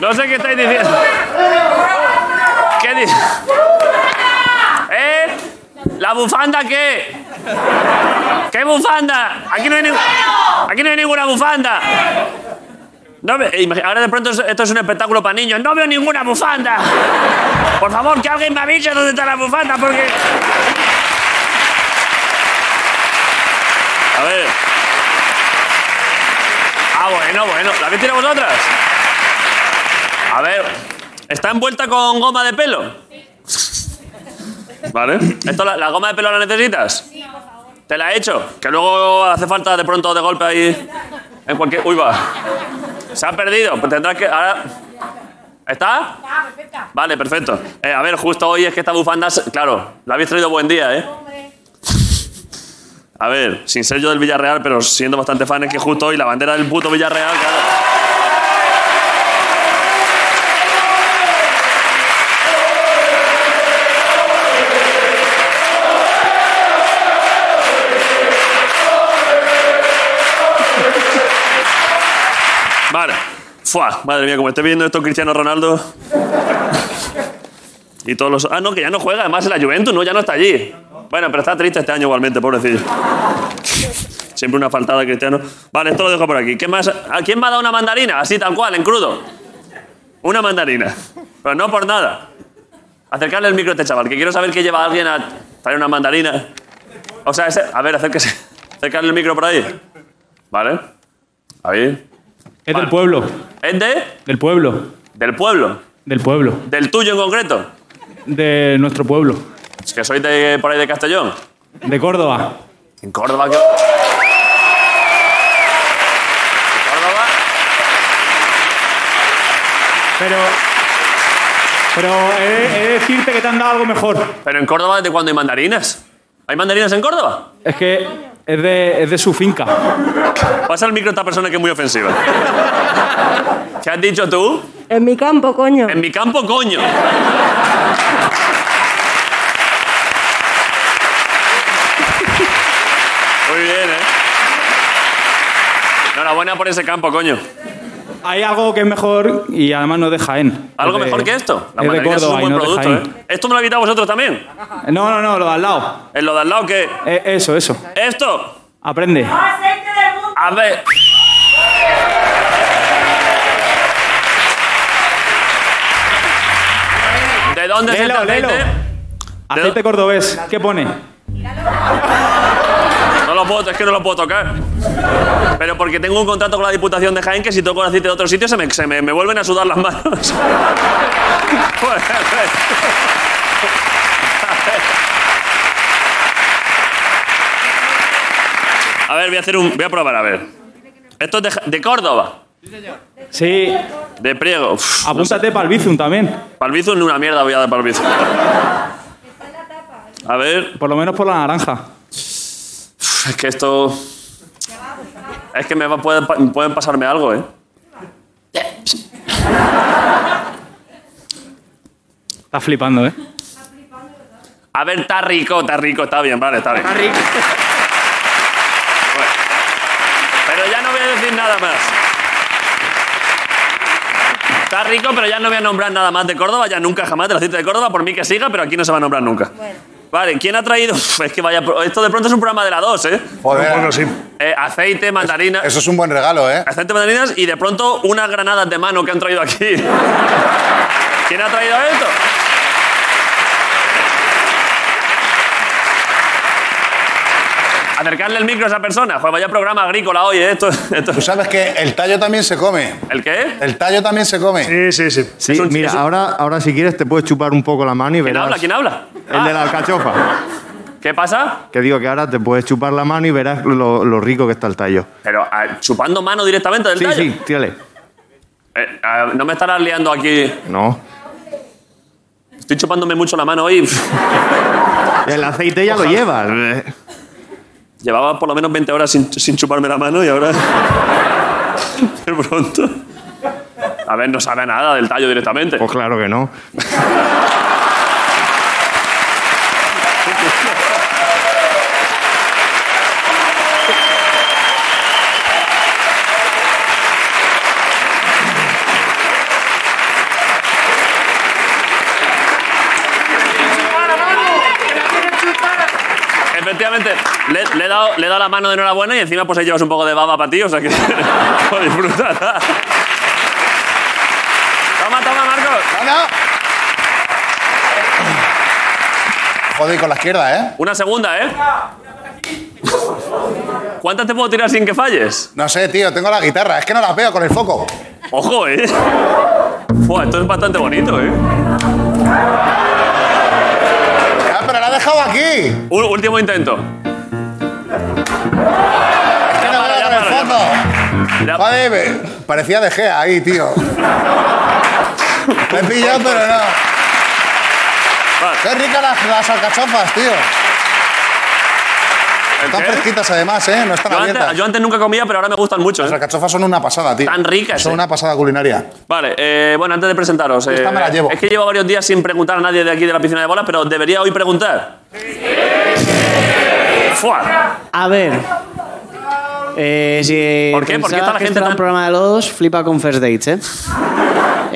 No sé qué estáis diciendo. ¿Qué dice? ¿Eh? ¿La bufanda qué? ¿Qué bufanda? Aquí no hay, ni- aquí no hay ninguna bufanda. No ve- eh, imagi- Ahora de pronto es- esto es un espectáculo para niños. No veo ninguna bufanda. Por favor, que alguien me avise dónde está la bufanda, porque... A ver. Ah, bueno, bueno. ¿La habéis tirado vosotras? A ver. ¿Está envuelta con goma de pelo? Vale. ¿Esto, la, la goma de pelo la necesitas? Sí, por favor. ¿Te la he hecho? Que luego hace falta de pronto de golpe ahí. En cualquier. Uy, va. Se ha perdido. Pues tendrás que. Ahora. ¿Está? Ah, perfecta. Vale, perfecto. Eh, a ver, justo hoy es que esta bufanda. se- Claro, la habéis traído buen día, ¿eh? Hombre. A ver, sin ser yo del Villarreal, pero siendo bastante fan, es que justo hoy la bandera del puto Villarreal. claro. Vale. Fua, madre mía, como esté viendo esto Cristiano Ronaldo. Y todos los. Ah, no, que ya no juega, además en la Juventus, no, ya no está allí. Bueno, pero está triste este año igualmente, pobrecillo. Siempre una faltada, Cristiano. Vale, esto lo dejo por aquí. ¿Qué más? ¿A quién me ha dado una mandarina? Así, tal cual, en crudo. Una mandarina. Pero no por nada. Acercarle el micro a este chaval, que quiero saber qué lleva alguien a traer una mandarina. O sea, ese- a ver, acérquese. Acercarle el micro por ahí. Vale. Ahí. Es del pueblo, ¿Es de? del pueblo, Del pueblo. del pueblo, Del tuyo en concreto. de nuestro pueblo, Es que soy de por ahí de Castellón. de Córdoba. En Córdoba, ¿qué? En Córdoba. Pero, pero he, de- he de decirte que te han dado algo mejor. Pero en Córdoba, ¿desde cuándo hay mandarinas? ¿Hay mandarinas en Córdoba? Es que es de, es de su finca. Pasa el micro a esta persona que es muy ofensiva. ¿Qué has dicho tú? En mi campo, coño. En mi campo, coño. Muy bien, ¿eh? Enhorabuena por ese campo, coño. Hay algo que es mejor y además no es de Jaén. ¿Algo Es de- mejor que esto? La es de mandarina es un Córdoba y buen no de producto, Jaén. ¿eh? Esto me lo habéis dado vosotros también. No, no, no, lo de al lado. En lo de al lado, que... Eh, eso, eso. Esto, Aprende. Aceite del mundo. a ver... ¿De dónde es Lelo, este aceite? lelo. Aceite cordobés. ¿Qué pone? No lo puedo, es que no lo puedo tocar. Pero porque tengo un contrato con la Diputación de Jaén que si toco el aceite de otro sitio se me, se me- me vuelven a sudar las manos. Pues, a ver, voy a hacer un. Voy a probar, a ver. Esto es de, Ja- de Córdoba, Sí. de Priego. Uf, Ah. no sé. Apúntate para el bizum también. Palbizo en una mierda voy a dar palbizo. A ver, Por lo menos por la naranja. es que esto. Es que me va, puede pa- pueden pasarme algo, ¿eh? Estás flipando, ¿eh? A ver, está rico, está rico, está bien, vale, está bien. Bueno. Pero ya no voy a decir nada más. Está rico, pero ya no voy a nombrar nada más de Córdoba, ya nunca jamás de la cita de Córdoba, por mí que siga, pero aquí no se va a nombrar nunca. Vale, ¿quién ha traído? Es que vaya, pro- esto de pronto es un programa de la 2, ¿eh? Joder, Un poco sí. Eh, Aceite, mandarina. eso es un buen regalo, ¿eh? aceite de mandarinas y de pronto unas granadas de mano que han traído aquí. ¿Quién ha traído esto? Acercarle el micro a esa persona. Joder, vaya programa agrícola hoy, ¿eh? Esto, esto- Tú sabes que el tallo también se come. ¿El qué? El tallo también se come. Sí, sí, sí. Sí, Es un- mira, es un- ahora, ahora si quieres te puedes chupar un poco la mano y ¿Quién verás. habla? ¿Quién habla? El de Ah, la alcachofa. ¿Qué pasa? Que digo que ahora te puedes chupar la mano y verás lo, lo rico que está el tallo. Pero ah, chupando mano directamente del Sí, tallo. sí, tírale. Eh, ah, no me estarás liando aquí. No. Estoy chupándome mucho la mano hoy. El aceite ya lo llevas. eh. Llevaba por lo menos 20 horas sin, sin chuparme la mano y ahora. De pronto. A ver, no sabe nada del tallo directamente. Pues claro que no. Efectivamente, le, le he dado, le he dado la mano de enhorabuena y encima pues ahí llevas un poco de baba para ti, o sea que pues, lo disfrutas. toma, toma, Marcos. No, no. Joder, con la izquierda, ¿eh? Una segunda, ¿eh? ¿Cuántas te puedo tirar sin que falles? No sé, tío, tengo la guitarra. Es que no la veo con el foco. Ojo, ¿eh? Buah, esto es bastante bonito, ¿eh? Ah, pero la he dejado aquí. Un último intento. Es que no para, veo ya con el para, ya. foco. Ya- Joder, me- parecía de Gea ahí, tío. Me he pillado, pero no. Vale. Qué ricas las, las alcachofas, tío. ¿el Están qué? fresquitas además, ¿eh? No están Yo abiertas. antes, yo antes nunca comía, pero ahora me gustan mucho. Las ¿eh? alcachofas son una pasada, tío. Tan ricas, Son eh. una pasada culinaria. Vale, eh, bueno, antes de presentaros. eh, Esta me la llevo. Es que llevo varios días sin preguntar a nadie de aquí de la piscina de bolas, pero debería hoy preguntar. Fuá. A ver. Eh, si ¿Por qué? ¿Por qué está pensabas la que gente esto era tan- un programa de lodos, flipa con First Dates, ¿eh?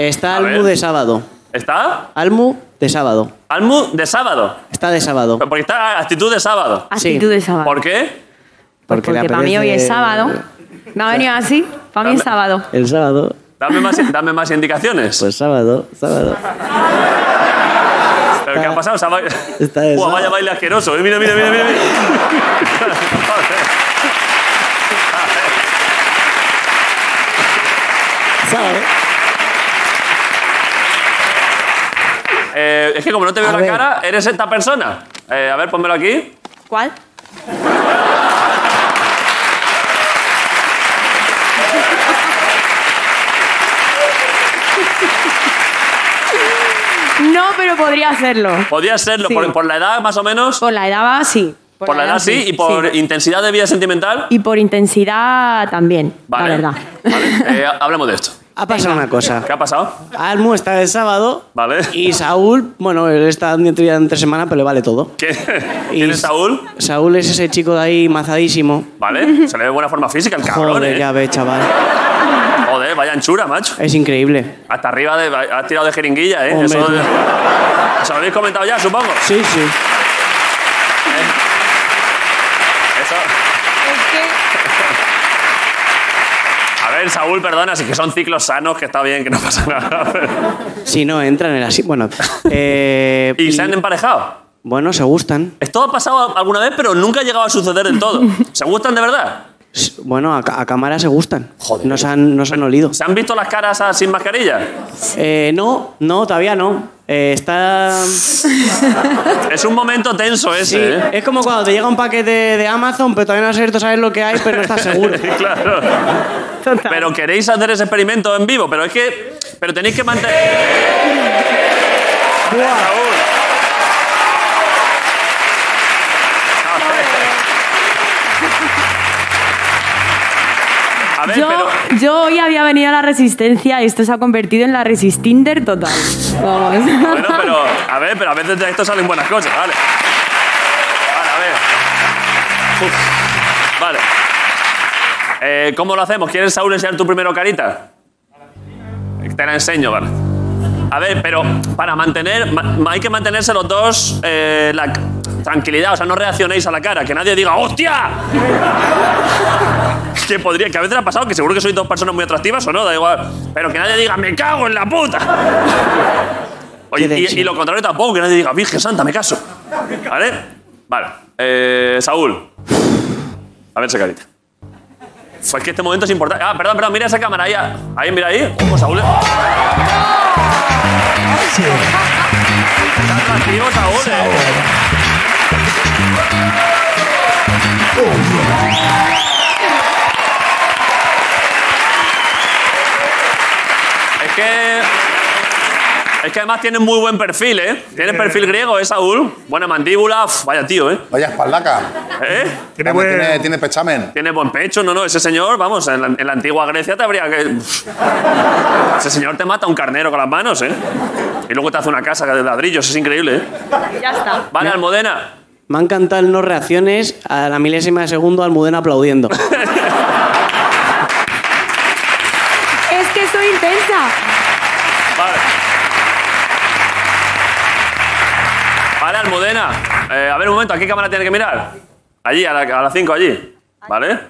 Está A Almu ver. de sábado. ¿Está? Almu de sábado. Almu de sábado. Está de sábado. Porque está actitud de sábado. Actitud de sábado. ¿Por qué? Porque, le pues para mí hoy apetece- es sábado. Me ha venido así. Para mí es sábado. El sábado. Dame más, dame más indicaciones. Pues sábado, sábado. ¿Pero qué ha pasado? Se ha ba- está de Buah, sábado. vaya baile asqueroso. ¿eh? Mira, mira, mira, mira. mira. Joder. Sábado. Eh, es que como no te veo A la ver. cara, eres esta persona. Eh, a ver, pónmelo aquí. ¿Cuál? No, pero podría hacerlo. Podría serlo, Sí. por, por la edad más o menos. Por la edad, va, sí. Por, la edad sí, y por intensidad de vida sentimental. Y por intensidad también, Vale. la verdad. Vale, eh, hablemos de esto. Ha pasado una cosa. ¿Qué ha pasado? Almu está de sábado. Vale. Y Saúl, bueno, él está en teoría entre semana, pero le vale todo. ¿Qué? Y- ¿Quién es Saúl? Saúl es ese chico de ahí mazadísimo. Vale, se le ve buena forma física el cabrón, Joder, eh. ya ve, chaval. Joder, vaya anchura, macho. Es increíble. Hasta arriba de, has tirado de jeringuilla, eh. Hombre, Eso, tú. se lo habéis comentado ya, supongo. Sí, sí. Eso. Eh, A ver, Saúl, perdona, si que son ciclos sanos, que está bien, que no pasa nada. Si no, entran en así. Bueno. eh, ¿Y se han em- emparejado? Bueno, se gustan. Esto ha pasado alguna vez, pero nunca ha llegado a suceder del todo. ¿Se gustan de verdad? S- Bueno, a, ca- a cámara se gustan. Joder. Nos han, nos han olido. ¿Se han visto las caras ah, sin mascarilla? Eh, no, no, todavía no. Eh, está. Es un momento tenso ese, Sí, ¿eh? es como cuando te llega un paquete de, de Amazon, pero todavía no sabes, tú sabes lo que hay, pero no estás seguro. claro. Pero queréis hacer ese experimento en vivo, pero es que. Pero tenéis que mantener. A ver, Yo, pero. yo hoy había venido a la resistencia y esto se ha convertido en la resistinder total. Vamos. Bueno, pero. A ver, pero a veces de esto salen buenas cosas, vale. Vale, a ver. Uf, Vale. Eh, ¿Cómo lo hacemos? ¿Quieres, Saúl, enseñar tu primero carita? Te la enseño, vale. A ver, pero para mantener. ma- hay que mantenerse los dos. eh, la c- tranquilidad, o sea, no reaccionéis a la cara. Que nadie diga, ¡hostia! que podría. Que a veces ha pasado que seguro que sois dos personas muy atractivas o no, da igual. Pero que nadie diga, ¡me cago en la puta! Oye, Qué y, denso. y lo contrario tampoco, que nadie diga, Virgen Santa, me caso. ¿Vale? Vale. Eh, Saúl. A ver esa carita. Pues que este momento es importante. Ah, perdón, perdón, mira esa cámara ahí. ah, Ahí, mira ahí. Ojo, Saúl. eh. Está atractivo, Saúl. eh. Es que. Es que además tiene muy buen perfil, ¿eh? Tiene perfil griego, ¿eh, Saúl? Buena mandíbula. uf, vaya tío, ¿eh? Oye, espaldaca. ¿Eh? Tiene También buen- tiene, tiene pechamen. Tiene buen pecho, no, no, ese señor, vamos, en la, en la antigua Grecia te habría que... Ese señor te mata un carnero con las manos, ¿eh? Y luego te hace una casa de ladrillos, es increíble, ¿eh? ya está. Vale, Almodena. Me han encantado el no reacciones a la milésima de segundo Almudena aplaudiendo. Es que soy intensa. Vale. Vale, Almudena. Eh, a ver, un momento, ¿a qué cámara tiene que mirar? Allí, a, la- a las 5 allí. ¿Vale?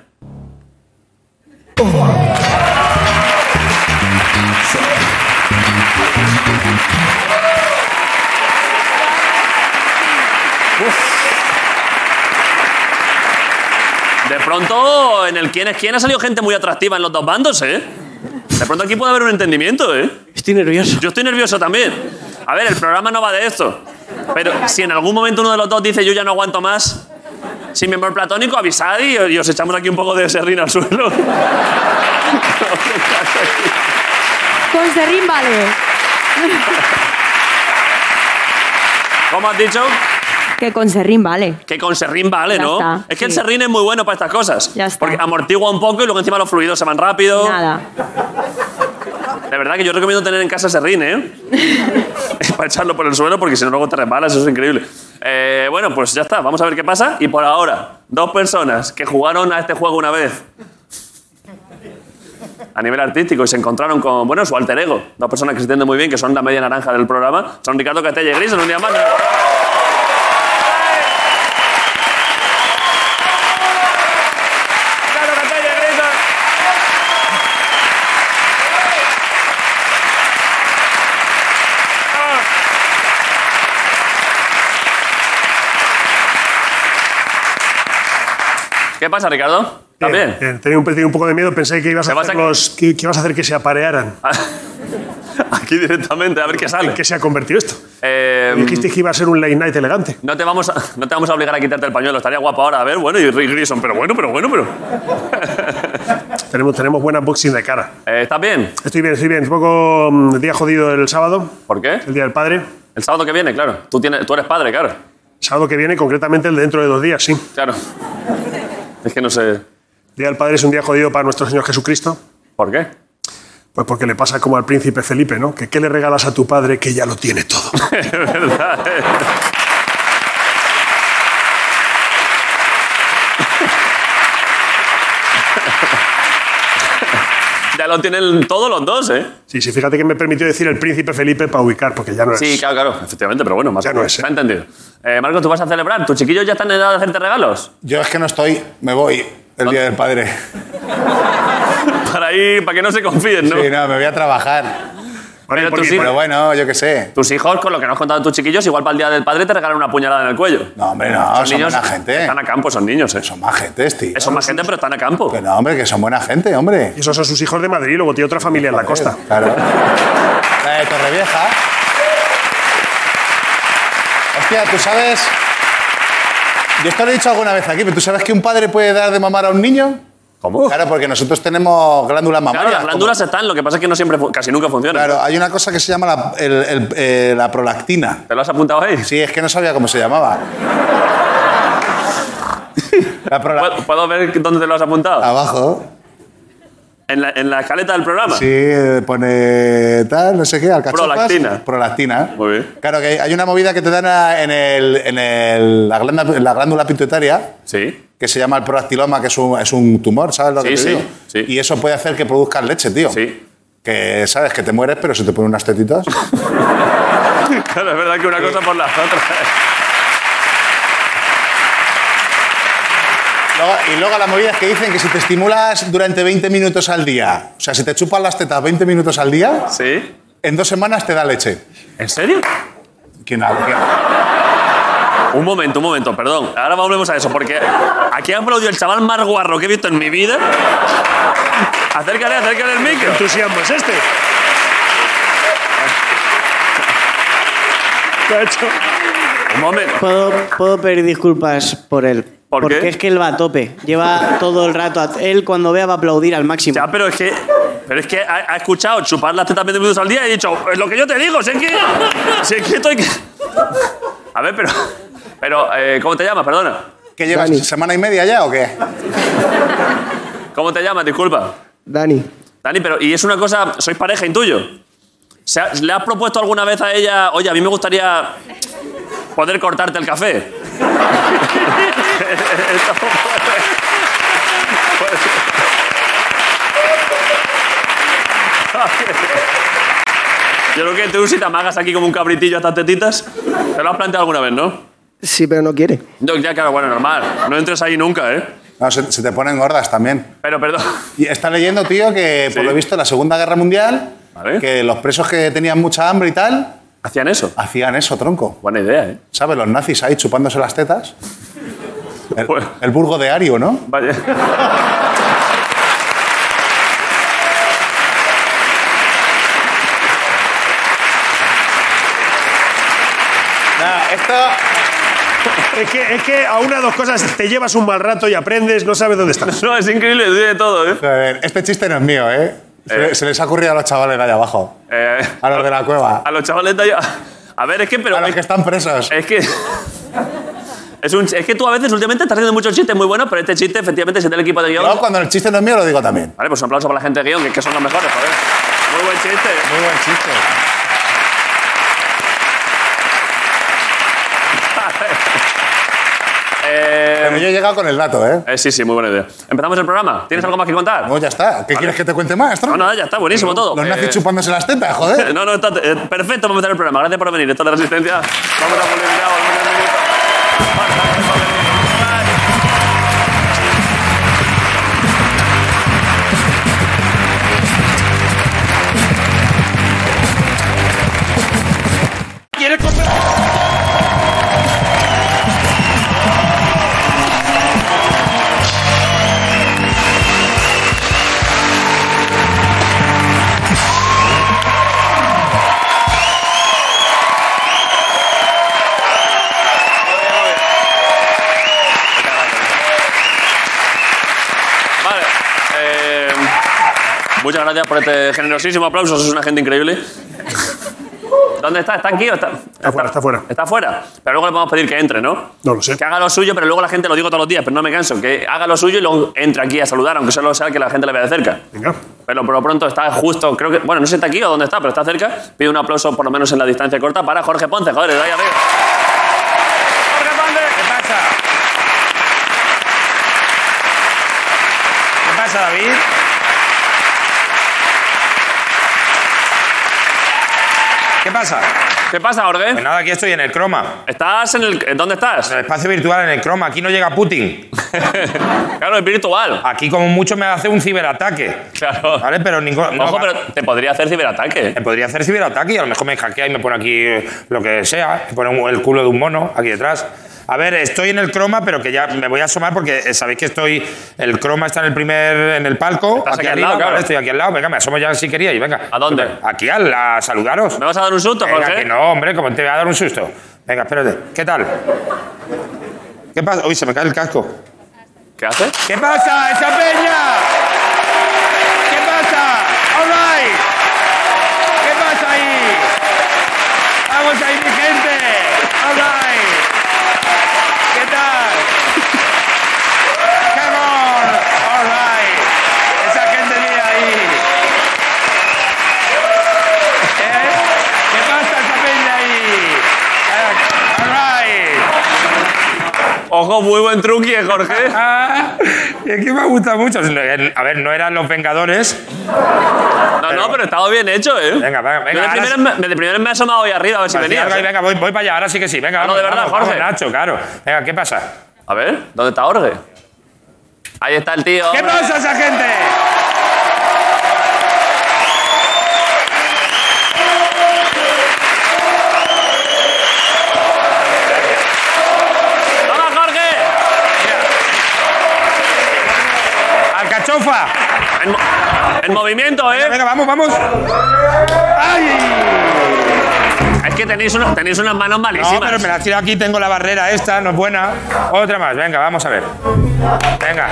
De pronto, en el quién es quién ha salido gente muy atractiva en los dos bandos, ¿eh? De pronto aquí puede haber un entendimiento, ¿eh? Estoy nervioso. Yo estoy nervioso también. A ver, el programa no va de esto. Pero si en algún momento uno de los dos dice yo ya no aguanto más, sin mi amor platónico, avisad y, y os echamos aquí un poco de serrín al suelo. Con serrín vale. ¿Cómo has dicho? Que con serrín vale. Que con serrín vale, Ya ¿no? está, es que el sí. serrín es muy bueno para estas cosas. Ya está. Porque amortigua un poco y luego encima los fluidos se van rápido. Nada. De verdad que yo recomiendo tener en casa serrín, ¿eh? Para echarlo por el suelo porque si no luego te resbalas, eso es increíble. Eh, bueno, pues ya está, vamos a ver qué pasa. Y por ahora, dos personas que jugaron a este juego una vez a nivel artístico y se encontraron con, bueno, su alter ego. Dos personas que se entienden muy bien, que son la media naranja del programa. Son Ricardo Castella y Gris en un día más. Ricardo Castella y Gris. ¿Qué pasa, Ricardo? ¿También? Bien, bien. Eh, Tenía, un, tenía un poco de miedo, pensé que ibas a, ¿Te vas hacer a- los- que, que ibas a hacer que se aparearan. Aquí directamente, a ver qué ¿En sale. qué se ha convertido esto? Eh, Dijiste que iba a ser un late night elegante. no, te vamos a, no te vamos a obligar a quitarte el pañuelo, estaría guapo ahora. A ver, bueno, y Rick Grison, pero bueno, pero bueno, pero. Tenemos, tenemos buena boxing de cara. Eh, ¿Estás bien? Estoy bien, estoy bien. Un poco mm, día jodido el sábado, ¿Por qué? el día del padre. El sábado que viene, claro. Tú, tienes, tú eres padre, claro. Sábado que viene, concretamente el de dentro de dos días, sí. Claro. Es que no sé. Día del Padre es un día jodido para nuestro Señor Jesucristo, ¿Por qué? pues porque le pasa como al príncipe Felipe, ¿no? Que qué le regalas a tu padre que ya lo tiene todo. Es verdad. eh. ya lo tienen todos los dos, ¿eh? Sí, sí, fíjate que me permitió decir el príncipe Felipe para ubicar, porque ya no Sí, es. claro, claro, efectivamente, pero bueno, más Ya no es, ¿eh? se ha entendido. Eh, Marco, ¿tú vas a celebrar? ¿Tus chiquillos ya están en edad de hacerte regalos? Yo es que no estoy, me voy el día del padre. Para ir, para que no se confíen, ¿no? Sí, no, me voy a trabajar. Vale, pero porque- tú sí. Pero bueno, yo qué sé. Tus hijos, con lo que nos has contado de tus chiquillos, igual para el Día del Padre te regalan una puñalada en el cuello. No, hombre, no, son buena ¿eh? gente. Están a campo, son niños, ¿eh? Son más gente, tío. Son más gente, pero están a campo. Pero no, hombre, que son buena gente, hombre. Y esos son sus hijos de Madrid, luego tiene otra familia en la costa. Claro. La de Torrevieja. Hostia, tú sabes. Yo esto lo he dicho alguna vez aquí, pero ¿tú sabes que un padre puede dar de mamar a un niño? ¿Cómo? Claro, Claro, porque nosotros tenemos glándulas mamarias. las como- glándulas están, lo que pasa es que no siempre, fu- casi nunca funcionan. Claro, hay una cosa que se llama la, el- el- eh, la prolactina. ¿Te lo has apuntado ahí? Sí, es que no sabía cómo se llamaba. La prolactina. ¿Puedo, puedo ver dónde te lo has apuntado? Ah. Abajo. ¿En la, en la escaleta del programa? Sí, eh, pone tal, no sé qué, alcachofas. Prolactina. Prolactina. Muy bien. Claro, que hay una movida que te dan a- en, el, en, el- la, glándula, en la glándula pituitaria Sí. que se llama el proactiloma, que es un, es un tumor, ¿sabes lo que Sí, sí, te digo? sí. Y eso puede hacer que produzcas leche, tío. Sí. Que sabes que te mueres, pero se te ponen unas tetitas. Claro, es verdad que una cosa por la otra. Luego- y luego la movida es que dicen que si te estimulas durante 20 minutos al día, o sea, si te chupan las tetas 20 minutos al día, ¿Sí? en dos semanas te da leche. ¿En serio? ¿Quién habla? ¿Quién- Un momento, un momento, perdón. Ahora volvemos a eso, porque aquí ha aplaudido el chaval más guarro que he visto en mi vida. Acércale, acércale el ¿Qué micro. entusiasmo es este? ¿Qué ha hecho? Un momento. Puedo, puedo pedir disculpas por él. ¿Por porque qué? es que él va a tope. Lleva todo el rato. A, él cuando vea va a aplaudir al máximo. Ya, pero es que. Pero es que ha, ha escuchado chupar las tetas 20 minutos al día y ha dicho, es lo que yo te digo, sé que. Sé que estoy. que-". A ver, pero. Pero, eh, ¿cómo te llamas? Perdona. ¿Qué llevas? Dani. ¿Semana y media ya o qué? ¿Cómo te llamas? Disculpa. Dani. Dani, pero. Y es una cosa. ¿Sois pareja, intuyo? ¿Se ha- ¿Le has propuesto alguna vez a ella, oye, a mí me gustaría poder cortarte el café? Yo creo que tú, si te amagas aquí como un cabritillo a estas tetitas, te lo has planteado alguna vez, ¿no? Sí, pero no quiere. No, ya, claro, bueno, normal. No entres ahí nunca, ¿eh? No, se, se te ponen gordas también. Pero, perdón. Y está leyendo, tío, que por Sí. lo visto en la Segunda Guerra Mundial, Vale. que los presos que tenían mucha hambre y tal, ¿Hacían eso? hacían eso, tronco. Buena idea, ¿eh? ¿Sabes? Los nazis ahí chupándose las tetas. El, Pues- el burgo de Ario, ¿no? Vaya. esto... Es que, es que a una o dos cosas te llevas un mal rato y aprendes, no sabes dónde estás. No, es increíble, tiene todo, ¿eh? este chiste no es mío, ¿eh? Se, le- Eh. se les ha ocurrido a los chavales de allá abajo. Eh, A los de la cueva. a los chavales de allá- A ver, es que, pero. A los que están presos. Es que. Es, un, es que tú a veces últimamente estás haciendo muchos chistes muy buenos, pero este chiste efectivamente se del equipo de guión. Yo cuando el chiste no es mío lo digo también. Vale, pues un aplauso para la gente de guión, que, que son los mejores, joder. Muy buen chiste. Muy buen chiste. Pero Eh, yo he llegado con el dato, ¿eh? eh, sí, sí, muy buena idea. Empezamos el programa. ¿Tienes algo más que contar? No, ya está. ¿Qué quieres que te cuente más, No, tronco? nada, ya está, buenísimo todo. Los nazis Eh, chupándose las tetas, joder. No, no, está eh, perfecto para empezar el programa. Gracias por venir. Esto es la resistencia. Vamos a publicidad. volvemos en un minuto. Gracias por venir. Vale. eh, muchas gracias por este generosísimo aplauso. Es una gente increíble. ¿Dónde está? ¿Está aquí o está? Está fuera, está fuera. Está fuera. Pero luego le podemos pedir que entre, ¿no? No lo sé. Que haga lo suyo, pero luego la gente lo digo todos los días, pero no me canso. Que haga lo suyo y luego entre aquí a saludar, aunque solo sea que la gente le vea de cerca. Venga. Pero por lo pronto está justo, creo que. Bueno, no sé si está aquí o dónde está, pero está cerca. Pide un aplauso, por lo menos en la distancia corta, para Jorge Ponce. Joder, de ahí arriba. ¡Jorge Ponce! ¿Qué pasa? ¿Qué pasa, David? ¿Qué pasa? ¿Qué pasa, Jorge? Pues nada, aquí estoy en el croma. ¿Estás en el. eh, ¿Dónde estás? En el espacio virtual, en el croma. Aquí no llega Putin. claro, es virtual. Aquí, como mucho, me hace un ciberataque. Claro. ¿Vale? Pero ningún. no Ojo, va- pero te podría hacer ciberataque. Me podría hacer ciberataque y a lo mejor me hackea y me pone aquí eh, lo que sea. Me pone un- el culo de un mono aquí detrás. A ver, estoy en el croma, pero que ya me voy a asomar porque eh, sabéis que estoy. El croma está en el primer. en el palco. Estás aquí al arriba, lado, claro. ¿vale? Estoy aquí al lado. Venga, me asomo ya si queríais. Venga. ¿A dónde? Aquí al, a saludaros. ¿Me vas a dar un susto, Venga, Jorge? que no, hombre, como te voy a dar un susto. Venga, espérate. ¿Qué tal? ¿Qué pasa? Uy, se me cae el casco. ¿Qué hace? ¿Qué pasa, esa peña? ¿Qué pasa? All right. ¿Qué pasa ahí? Vamos ahí, mi gente. All right. ¿Qué tal? Come on. All right. Esa gente mira ahí. ¿Eh? ¿Qué pasa, esa peña ahí? Eh, All right. Ojo, muy buen truqui, eh, Jorge. Ah, es que me gusta mucho. A ver, no eran los Vengadores. No, no, pero estaba bien hecho, ¿eh? Venga, venga, venga, Yo de ahora primeras sí. me- de primeras me he asomado hoy arriba a ver si Así, venías. ahora, ¿eh? venga, voy, voy para allá, ahora sí que sí. Venga, Ah, no, de vamos, verdad, vamos, vamos, Jorge. Nacho, claro. Venga, ¿qué pasa? A ver, ¿dónde está Jorge? Ahí está el tío. ¿Qué hombre. pasa, esa gente? ¡Toma, Jorge! ¡Alcachofa! En, mo- en movimiento, ¿eh? Venga, vamos, vamos. ¡Ay! Es que tenéis, una- tenéis unas manos malísimas. No, pero me la has tirado aquí, tengo la barrera esta, no es buena. Otra más, venga, vamos a ver. Venga.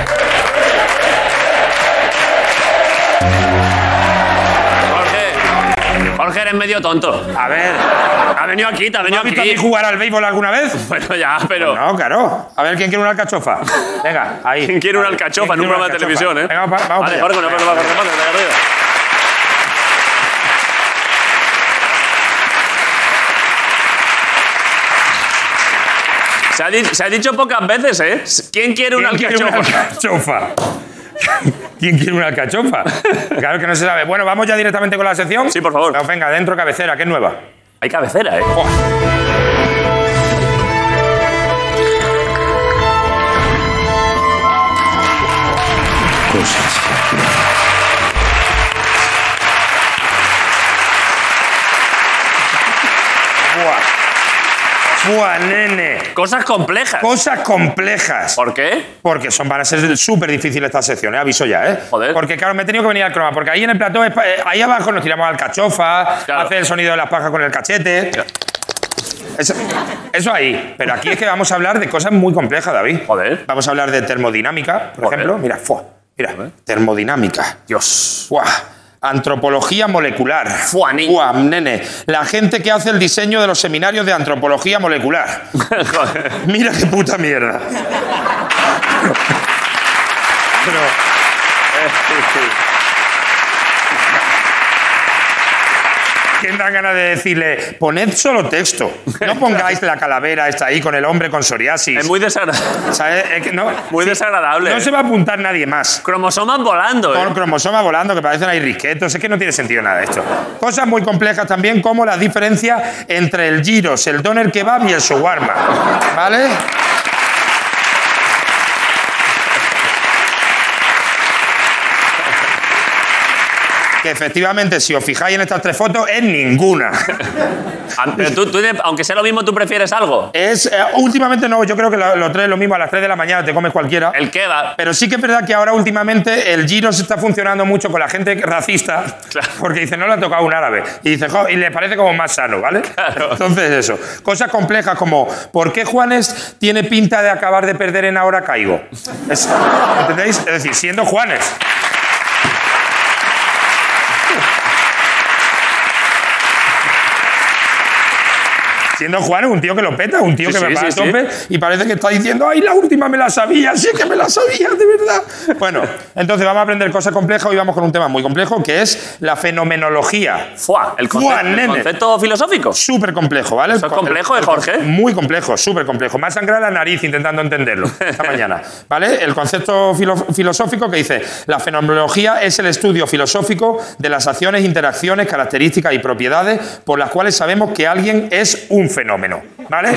Jorge, Jorge, eres medio tonto. A ver. Ha venido aquí, te ha ¿No venido has visto a aquí. mí jugar al béisbol alguna vez? Bueno, ya, pero. No, claro. A ver, ¿quién quiere una alcachofa? Venga, ahí. ¿Quién quiere una Vale. alcachofa en ¿Quién un programa quiere una de televisión, eh? alcachofa? Venga, va- vamos Vale, para Jorge, allá. una persona para Jorge Ponce, que está ahí arriba. Se ha, di- se ha dicho pocas veces, ¿eh? ¿Quién quiere una ¿Quién quiere una alcachofa? alcachofa? ¿Quién quiere una alcachofa? Claro que no se sabe. Bueno, vamos ya directamente con la sección. Sí, por favor. No, venga, dentro cabecera, que es nueva. Hay cabecera, ¿eh? Buah. cosas que hacer. Buah. Buah, nene. Cosas complejas. Cosas complejas. ¿Por qué? Porque son, van a ser súper difíciles estas secciones, aviso ya, ¿eh? Joder. Porque claro, me he tenido que venir al croma, porque ahí en el plató, es pa- eh, ahí abajo nos tiramos al cachofa, Claro. hace el sonido de las pajas con el cachete. Eso, eso ahí. Pero aquí es que vamos a hablar de cosas muy complejas, David. Joder. Vamos a hablar de termodinámica, por Joder. ejemplo. Mira, fuah, mira, termodinámica. Dios. Fuah. Antropología molecular. Fuah, niño. Fuah, nene. La gente que hace el diseño de los seminarios de antropología molecular. Joder. Mira qué puta mierda. Pero. ¿Quién da ganas de decirle, poned solo texto? No pongáis la calavera esta ahí con el hombre con psoriasis. Es muy desagradable. ¿Sabes? Es que no, Muy desagradable. no se va a apuntar nadie más. Cromosomas volando, Con ¿eh? cromosomas volando que parecen ahí risquetos. Es que no tiene sentido nada esto. Cosas muy complejas también, como la diferencia entre el giros, el doner kebab y el shawarma. ¿Vale? Que efectivamente, si os fijáis en estas tres fotos, es ninguna. Ah, Pero tú, tú de- aunque sea lo mismo, tú prefieres algo. Es, eh, últimamente no, yo creo que lo, lo tres es lo mismo, a las 3 de la mañana te comes cualquiera. El kebab. Pero sí que es verdad que ahora últimamente el giro se está funcionando mucho con la gente racista, Claro. porque dice, no le ha tocado un árabe. Y dice, "Jo", y le parece como más sano, ¿vale? Claro. Entonces eso. Cosas complejas como, ¿por qué Juanes tiene pinta de acabar de perder en Ahora Caigo? Es- ¿Entendéis? Es decir, siendo Juanes. Siendo Juanes un tío que lo peta, un tío Sí, que sí, me va sí, a tope, y parece que está diciendo, ay, la última me la sabía, sí que me la sabía, de verdad. Bueno, entonces vamos a aprender cosas complejas, hoy vamos con un tema muy complejo, que es la fenomenología. Fuá, el conce- Fuá, el nene. concepto filosófico. Súper complejo, ¿vale? ¿Eso es complejo, eh, Jorge? Muy complejo, súper complejo. Me ha sangrado la nariz intentando entenderlo esta mañana. ¿Vale? El concepto filo- filosófico que dice: la fenomenología es el estudio filosófico de las acciones, interacciones, características y propiedades por las cuales sabemos que alguien es un fenómeno. Eh, ¿Vale?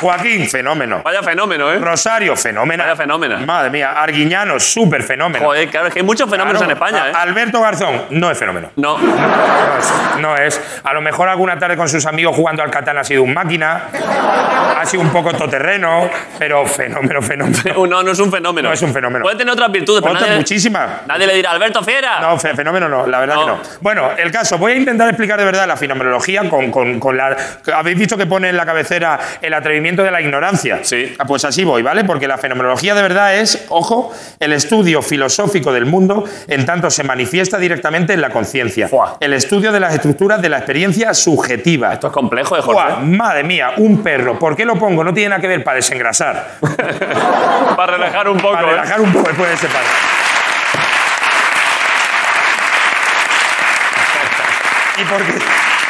Joaquín, fenómeno. Vaya fenómeno, ¿eh? Rosario, fenómeno. Vaya fenómeno. Madre mía, Arguiñano, súper fenómeno. Joder, claro, es que hay muchos fenómenos en Ah, España, ¿eh? Alberto Garzón, no es fenómeno. No. No es, no es. A lo mejor alguna tarde con sus amigos jugando al Catán ha sido un máquina, ha sido un poco toterreno, pero fenómeno, fenómeno. No, no es un fenómeno. No es un fenómeno. Puede tener otras virtudes, pero Otras nadie, muchísimas. nadie le dirá, Alberto Fiera. No, fe- fenómeno no, la verdad No. que no. Bueno, el caso, voy a intentar explicar de verdad la fenomenología con, con- con la... Habéis visto que pone en la cabecera el atrevimiento de la ignorancia. Sí. Ah, Pues así voy, ¿vale? Porque la fenomenología de verdad es, ojo, el estudio filosófico del mundo en tanto se manifiesta directamente en la conciencia. Fuá. El estudio de las estructuras de la experiencia subjetiva. Esto es complejo, ¿eh, Jorge? Fuá, madre mía, un perro. ¿Por qué lo pongo? No tiene nada que ver para desengrasar. Para relajar un poco, Para ¿eh? relajar un poco después de ese par. Y porque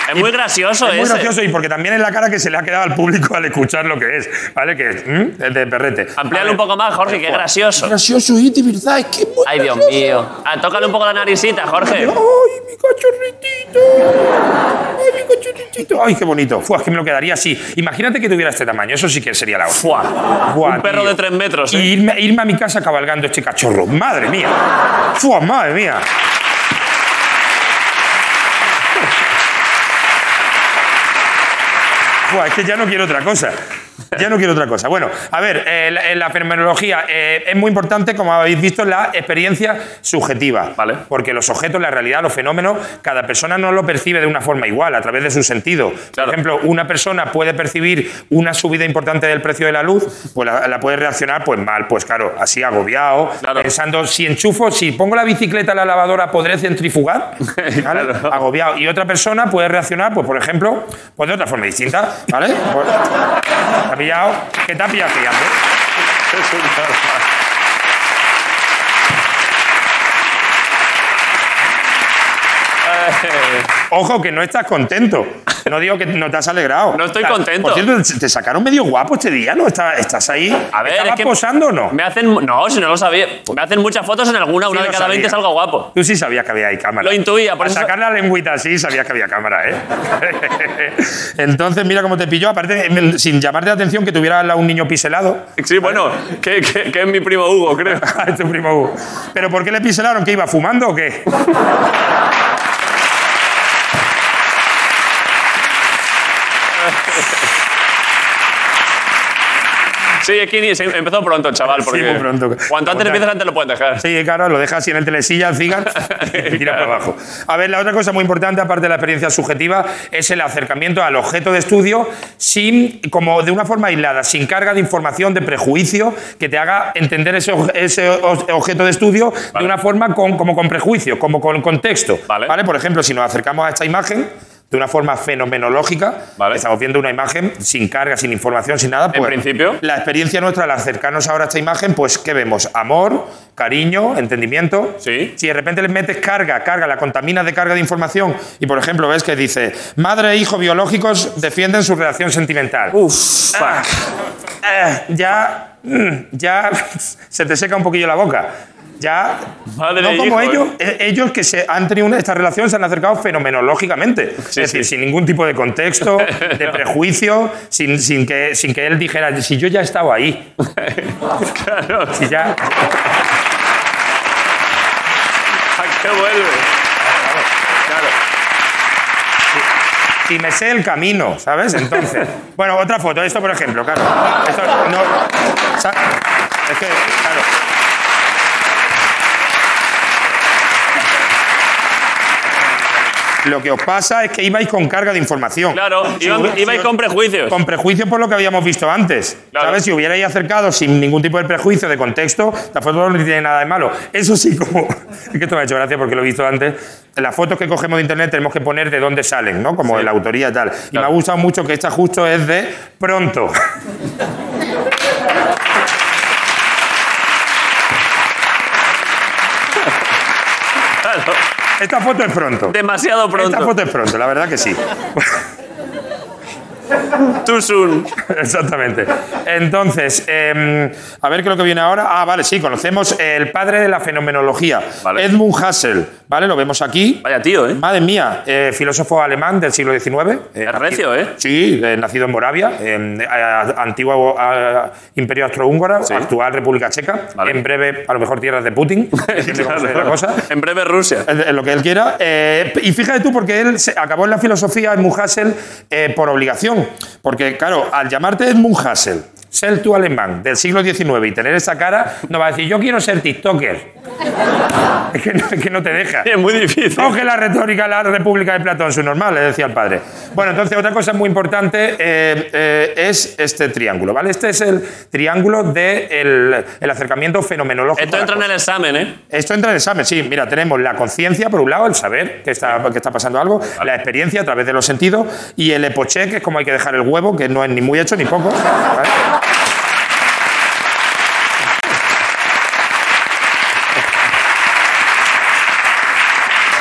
Es muy gracioso es muy ese. gracioso y porque también es la cara que se le ha quedado al público al escuchar lo que es, ¿vale? Que es ¿Mm? Es de perrete. Amplíalo A un ver. poco más, Jorge, qué gracioso. Gracioso, y de verdad, es que es muy Ay, Dios gracioso. mío. Ah, tócale un poco la naricita, Jorge. ¡Ay, mi cachorritito! ¡Ay, mi cachorritito! ¡Ay, qué bonito! Fua, es que me lo quedaría así. Imagínate que tuviera este tamaño, eso sí que sería la hostia. Fuá. Buah, un perro tío. de tres metros, Y ¿eh? irme, irme a mi casa cabalgando este cachorro. ¡Madre mía! ¡Fua, madre mía! Buah, es que ya no quiero otra cosa. Ya no quiero otra cosa. Bueno, a ver, eh, la, eh, la fenomenología eh, es muy importante, como habéis visto, la experiencia subjetiva. Vale. Porque los objetos, la realidad, los fenómenos, cada persona no lo percibe de una forma igual, a través de su sentido. Claro. Por ejemplo, una persona puede percibir una subida importante del precio de la luz, pues la, la puede reaccionar pues mal, pues claro, así agobiado, Claro. pensando, si enchufo, si pongo la bicicleta a la lavadora, ¿podré centrifugar? ¿Vale? Claro. agobiado. Y otra persona puede reaccionar, pues por ejemplo, pues de otra forma distinta, ¿vale? Pues, ¿Te ha pillado? ¿Qué te ha pillado, gigante? Eh, Ojo, que no estás contento. No digo que no te has alegrado. No estoy O sea, contento. Por cierto, te sacaron medio guapo este día, ¿no? Está- ¿Estás ahí? A ver, ¿Estabas es que posando o no? Me hacen. No, si no lo sabía. Me hacen muchas fotos en alguna, una Sí de lo cada 20 sabía. salgo guapo. Tú sí sabías que había ahí cámara. Lo intuía, por Al eso- sacar la lengüita así, sabías que había cámara, ¿eh? Entonces, mira cómo te pilló. Aparte, em, sin llamarte la atención, que tuviera al lado un niño piselado. Sí, bueno, que, que- que es mi primo Hugo, creo. Ah, tu primo Hugo. ¿Pero por qué le piselaron? ¿Que iba fumando o qué? Sí, es que ni- se- empezó pronto, chaval. Sí, Porque muy pronto. Cuanto antes empiezas, antes lo puedes dejar. Sí, claro, lo dejas así en el telesilla, el cigar, y tira para abajo. A ver, la otra cosa muy importante, aparte de la experiencia subjetiva, es el acercamiento al objeto de estudio sin, como de una forma aislada, sin carga de información, de prejuicio, que te haga entender ese, oj- ese o- objeto de estudio de una forma con, como con prejuicio, como con contexto. Vale. Por ejemplo, si nos acercamos a esta imagen, de una forma fenomenológica, Vale. estamos viendo una imagen sin carga, sin información, sin nada. pues En principio. La experiencia nuestra al acercarnos ahora a esta imagen, pues ¿qué vemos? Amor, cariño, entendimiento. Sí. Si de repente le metes carga, carga, la contaminas de carga de información y, por ejemplo, ves que dice, madre e hijo biológicos defienden su relación sentimental. Uf, Ah, ah, ya, mm, ya se te seca un poquillo la boca. Ya, Madre no e como hijo, ellos, eh, ellos que se han tenido una- esta relación se han acercado fenomenológicamente, es Sí, decir, sí. sin ningún tipo de contexto, de prejuicio, sin, sin, que, sin que él dijera, si yo ya he estado ahí, claro. si ya... ¿A qué vuelve? Claro. si me sé el camino, ¿sabes? Entonces. Bueno, otra foto, esto por ejemplo, claro. Esto no. o sea, Es que, claro. Lo que os pasa es que ibais con carga de información. Claro, Si iban- hubi- si ibais os- con prejuicios. Con prejuicios por lo que habíamos visto antes. Claro. ¿Sabes? Si hubierais acercado sin ningún tipo de prejuicio, de contexto, la foto no tiene nada de malo. Eso sí, como. Es que esto me ha hecho gracia porque lo he visto antes. Las fotos que cogemos de internet tenemos que poner de dónde salen, ¿no? Como de la autoría y tal. Y me ha gustado mucho que esta justo es de pronto. Esta foto es pronto. Demasiado Esta pronto. foto es pronto, la verdad que sí. Too soon. Exactamente. Entonces, eh, a ver qué es lo que viene ahora. Ah, vale, sí, conocemos el padre de la fenomenología, Vale. Edmund Hassel. ¿Vale? Lo vemos aquí. Vaya tío, ¿eh? Madre mía, eh, filósofo alemán del siglo XIX. eh, Es recio, ¿eh? Sí, eh, nacido en Moravia, en, eh, antiguo eh, imperio austrohúngaro, actual República Checa. Vale. En breve, a lo mejor tierras de Putin. depende cómo se dé la cosa. En breve Rusia. Eh, eh, lo que él quiera. Eh, y fíjate tú, porque él se acabó en la filosofía Edmund Hassel eh, por obligación. Porque, claro, al llamarte Edmund Hassel, ser tú alemán del siglo XIX y tener esa cara, no va a decir, yo quiero ser TikToker. es, que no, es que no te deja. Es muy difícil. Coge la retórica de la República de Platón, su normal, le decía el padre. Bueno, entonces otra cosa muy importante eh, eh, es este triángulo, ¿vale? Este es el triángulo del el acercamiento fenomenológico. Esto a la entra en el examen, ¿eh? esto entra en el examen, sí. Mira, tenemos la conciencia, por un lado, el saber que está, que está pasando algo, la experiencia a través de los sentidos, y el epoché, que es como hay que dejar el huevo, que no es ni muy hecho ni poco. ¿vale?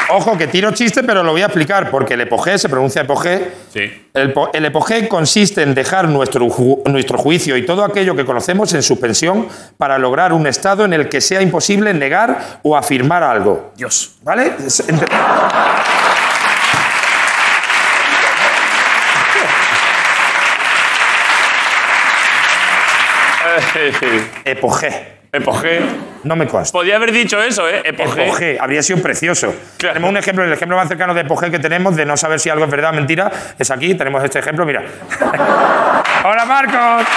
Ojo, que tiro chiste, pero lo voy a explicar, porque el epogé se pronuncia epogé. Sí. El, po- el epogé consiste en dejar nuestro, ju- nuestro juicio y todo aquello que conocemos en suspensión para lograr un estado en el que sea imposible negar o afirmar algo. Dios. ¿Vale? Es- ente- Epogé. Epogé. No me consta. Podía haber dicho eso, ¿eh? Epogé. Epogé. Habría sido precioso. Claro. Tenemos un ejemplo, el ejemplo más cercano de epogé que tenemos, de no saber si algo es verdad o mentira, es aquí. Tenemos este ejemplo, mira. ¡Hola, Marcos!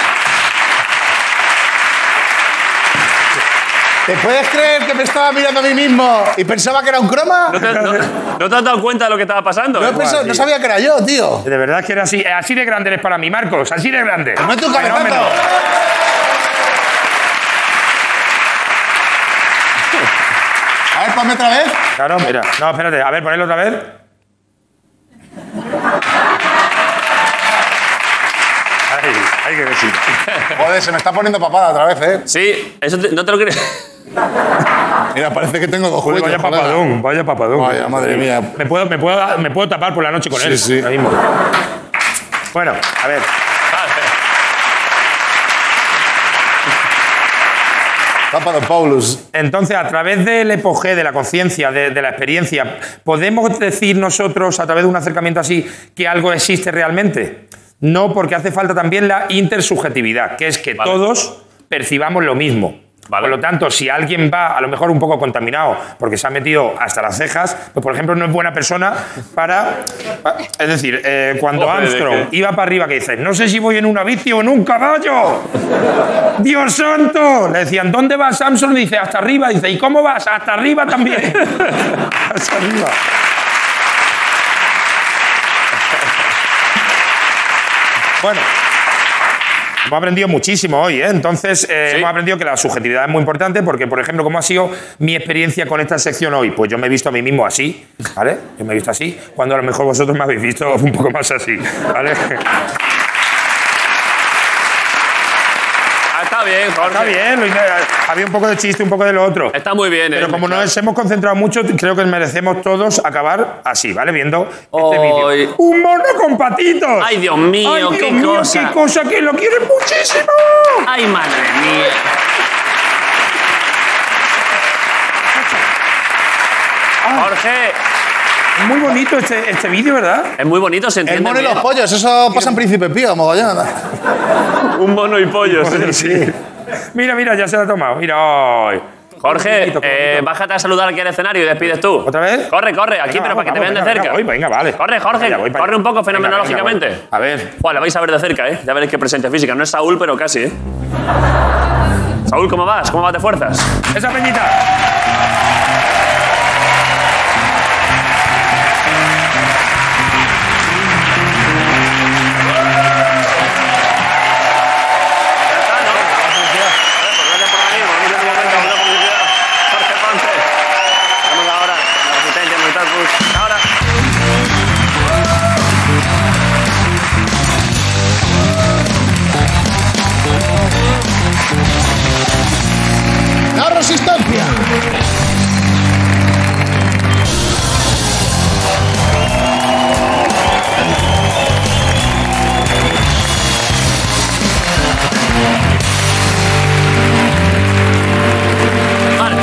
¿Te puedes creer que me estaba mirando a mí mismo y pensaba que era un croma? ¿No te, no- no te has dado cuenta de lo que estaba pasando? No, he eh? pensado- no sabía que era yo, tío. De verdad que era así. eh, Así de grande eres para mí, Marcos. Así de grande. ¡No tu Fenómeno. cabezazo! A ver, ponme otra vez. Claro, mira. No, espérate. A ver, ponelo otra vez. A Ay, hay que decir. Joder, se me está poniendo papada otra vez, Sí, eso te- no te lo crees. ¿eh? Mira, parece que tengo dos Joder, juegos. vaya papadón, vaya papadón. Vaya, madre mía. Me puedo, me puedo, me puedo tapar por la noche con Sí, él. sí. ahora mismo. Bueno, a ver. Papadón Paulus. Entonces, a través del epogé, de la conciencia, de, de la experiencia, ¿podemos decir nosotros, a través de un acercamiento así, que algo existe realmente? No, porque hace falta también la intersubjetividad, que es que Vale. todos percibamos lo mismo. Vale. Por lo tanto, si alguien va a lo mejor un poco contaminado porque se ha metido hasta las cejas, pues por ejemplo no es buena persona para... Es decir, eh, cuando Joder, es Armstrong que- iba para arriba que dice, no sé si voy en una bici o en un caballo. ¡Dios santo! Le decían, ¿dónde vas, Samson? Dice, hasta arriba. Dice, ¿y cómo vas? Hasta arriba también. hasta arriba. Bueno. Hemos aprendido muchísimo hoy, ¿eh? Entonces, eh, Sí. hemos aprendido que la subjetividad es muy importante porque, por ejemplo, ¿cómo ha sido mi experiencia con esta sección hoy? Pues yo me he visto a mí mismo así, ¿vale? Yo me he visto así, cuando a lo mejor vosotros me habéis visto un poco más así, ¿vale? Ah, está bien, Jorge. Está bien, Luis, eh, había un poco de chiste, un poco de lo otro. Está muy bien, Pero ¿eh? como nos hemos concentrado mucho, creo que merecemos todos acabar así, ¿vale? Viendo este Ay. vídeo. ¡Un mono con patitos! Ay, Dios mío, ¡Ay, Dios qué mío, cosa. qué cosa! ¡Que lo quiere muchísimo! Ay, madre mía. Jorge, Muy bonito este, este vídeo, ¿verdad? es muy bonito, se El entiende. mono y bien. los pollos, eso pasa en Príncipe Pío, mogollón. Un mono y pollo, sí. Mira, mira, ya se lo ha tomado. Mira, ay. Jorge, Poquito, poquito. eh, bájate a saludar aquí al escenario y despides tú. ¿Otra vez? Corre, corre, aquí, Venga, pero Ah, vamos, para que te vamos, vean de venga, cerca. venga, voy, venga, vale. Corre, Jorge, Venga, voy para corre allá. un poco Venga, venga, fenomenológicamente. voy. A ver. Buah, la vais a ver de cerca, ¿eh? Ya veréis qué presencia física. No es Saúl, pero casi, ¿eh? Saúl, ¿cómo vas? ¿Cómo vas de fuerzas? Esa peñita. Jorge Ponce. Vamos ahora, la asistencia en el campus. Ahora. ¡La resistencia! Vale.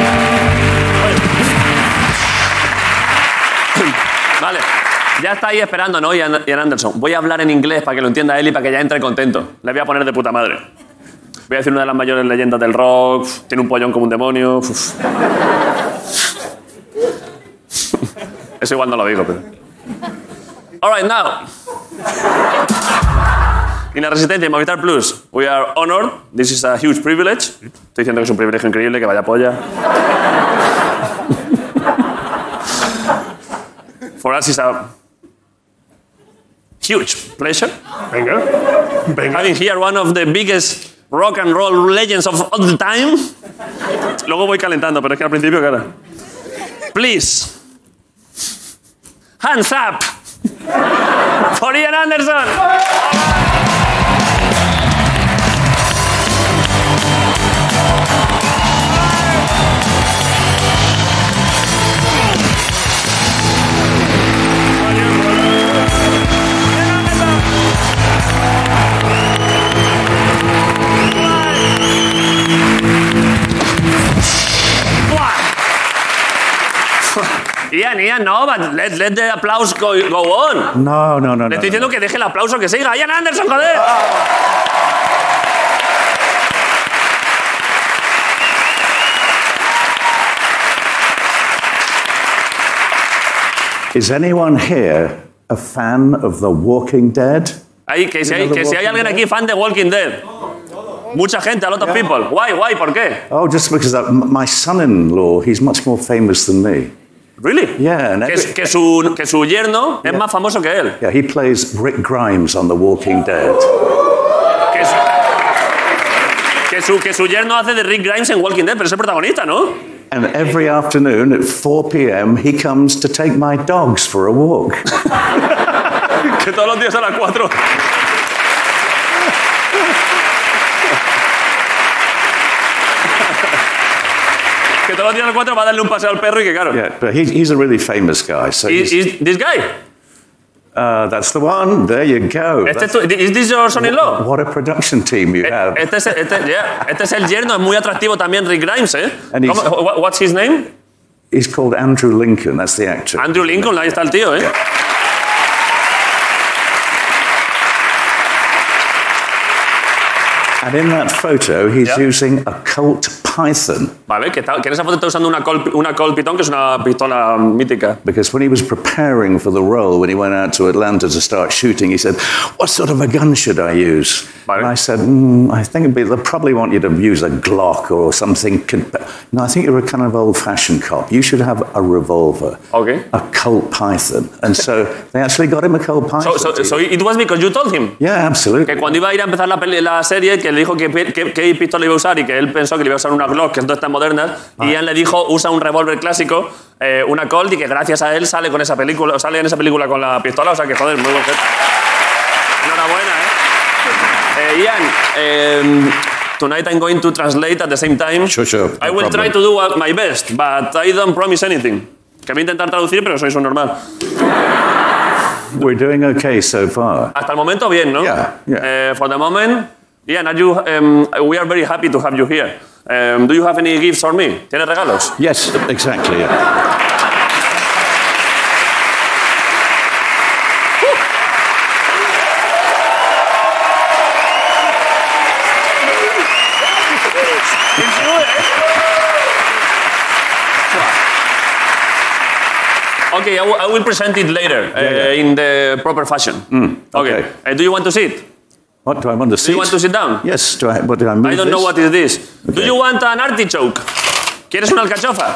Vale. Ya está ahí esperando, ¿no? Ian Ian Anderson. Voy a hablar en inglés para que lo entienda él y para que ya entre contento. Le voy a poner de puta madre. Voy a decir una de las mayores leyendas del rock. Uf, Tiene un pollón como un demonio. Uf. Eso igual no lo digo, pero. All right, now. In la Resistencia y Movistar Plus, we are honored. This is a huge privilege. Estoy diciendo que es un privilegio increíble, que vaya polla. For us it's a huge pleasure Venga. Venga. having here one of the biggest rock and roll legends of all the time. Luego voy calentando, pero es que al principio, cara. Please. Hands up. For Ian Anderson. Ian, Ian, no, but let, let the applause go, go on. No, no, no. Le no, estoy no. diciendo que deje el aplauso que siga. ¡Ian Anderson, joder! Is anyone here a fan of The Walking Dead? Ahí, que si hay, que si hay alguien aquí fan de Walking Dead. Mucha gente, a lot of people. Why, why, ¿por qué? Oh, just because that, m- my son in law, he's much more famous than me. Really? Yeah, and que, every- que su, que su yerno es Yeah. más famoso que él. Yeah, he plays Rick Grimes on The Walking Dead. Que su, que su, que su yerno hace de Rick Grimes en Walking Dead, pero es el protagonista, ¿no? And every afternoon at 4 p.m., he comes to take my dogs for a walk. Que todos los días a las 4. te va a tirar el 4 va a darle un paseo al perro y que claro. Yeah, but he's, he's a really famous guy. So Is, he's, is this guy? uh, that's the one. There you go. Este es That's- tu- is this your son-in-law? what a production team you Eh, have. Este es, este, yeah, este es el yerno, es muy atractivo también Rick Grimes, ¿eh? And he's- ¿Cómo- wha- what's his name? He's called Andrew Lincoln. That's the actor. Andrew Lincoln, ahí está el tío, ¿eh? and in that photo, he's Yeah. using a Colt Python Vale, que, está- que en esa foto está usando una Col, una Colt Python, que es una pistola mítica. because when he was preparing for the role, when he went out to Atlanta to start shooting, he said, "What sort of a gun should I use?" Right. And I said, mm, "I think it'd be, they'll probably want you to use a Glock or something." con- No, I think you're a kind of old-fashioned cop. You should have a revolver, Okay. a Colt Python. And so they actually got him a Colt Python. So, so, so it was because you told him. yeah, absolutely. Que cuando iba a ir a empezar la, peli- la serie, que le dijo qué que, que, qué pistola iba a usar y que él pensó que le iba a usar una Glock, que son todas tan modernas, y Ian le dijo, usa un revólver clásico, eh, una Colt, y que gracias a él sale con esa película, sale en esa película con la pistola, o sea que joder, muy buen gesto. Enhorabuena, ¿eh? Eh, Ian, eh, tonight I'm going to translate at the same time. Sure, sure, no I will try problem. to do what- my best, but I don't promise anything. Que voy a intentar traducir, pero soy su normal. We're doing okay so far. Hasta el momento bien, ¿no? Yeah, yeah. Eh, for the moment, Ian, are you, um, we are very happy to have you here. Um, do you have any gifts for me? ¿Tienes regalos? Yes, exactly. yeah. Okay, I, will- I will present it later uh, yeah. Mm, in the proper fashion. okay. okay. Uh, do you want to sit? What do I want to see? Do you want to sit down? Yes. Do I? What do I move? I don't know this? what is this. Do Okay. you want an artichoke? ¿Quieres una alcachofa?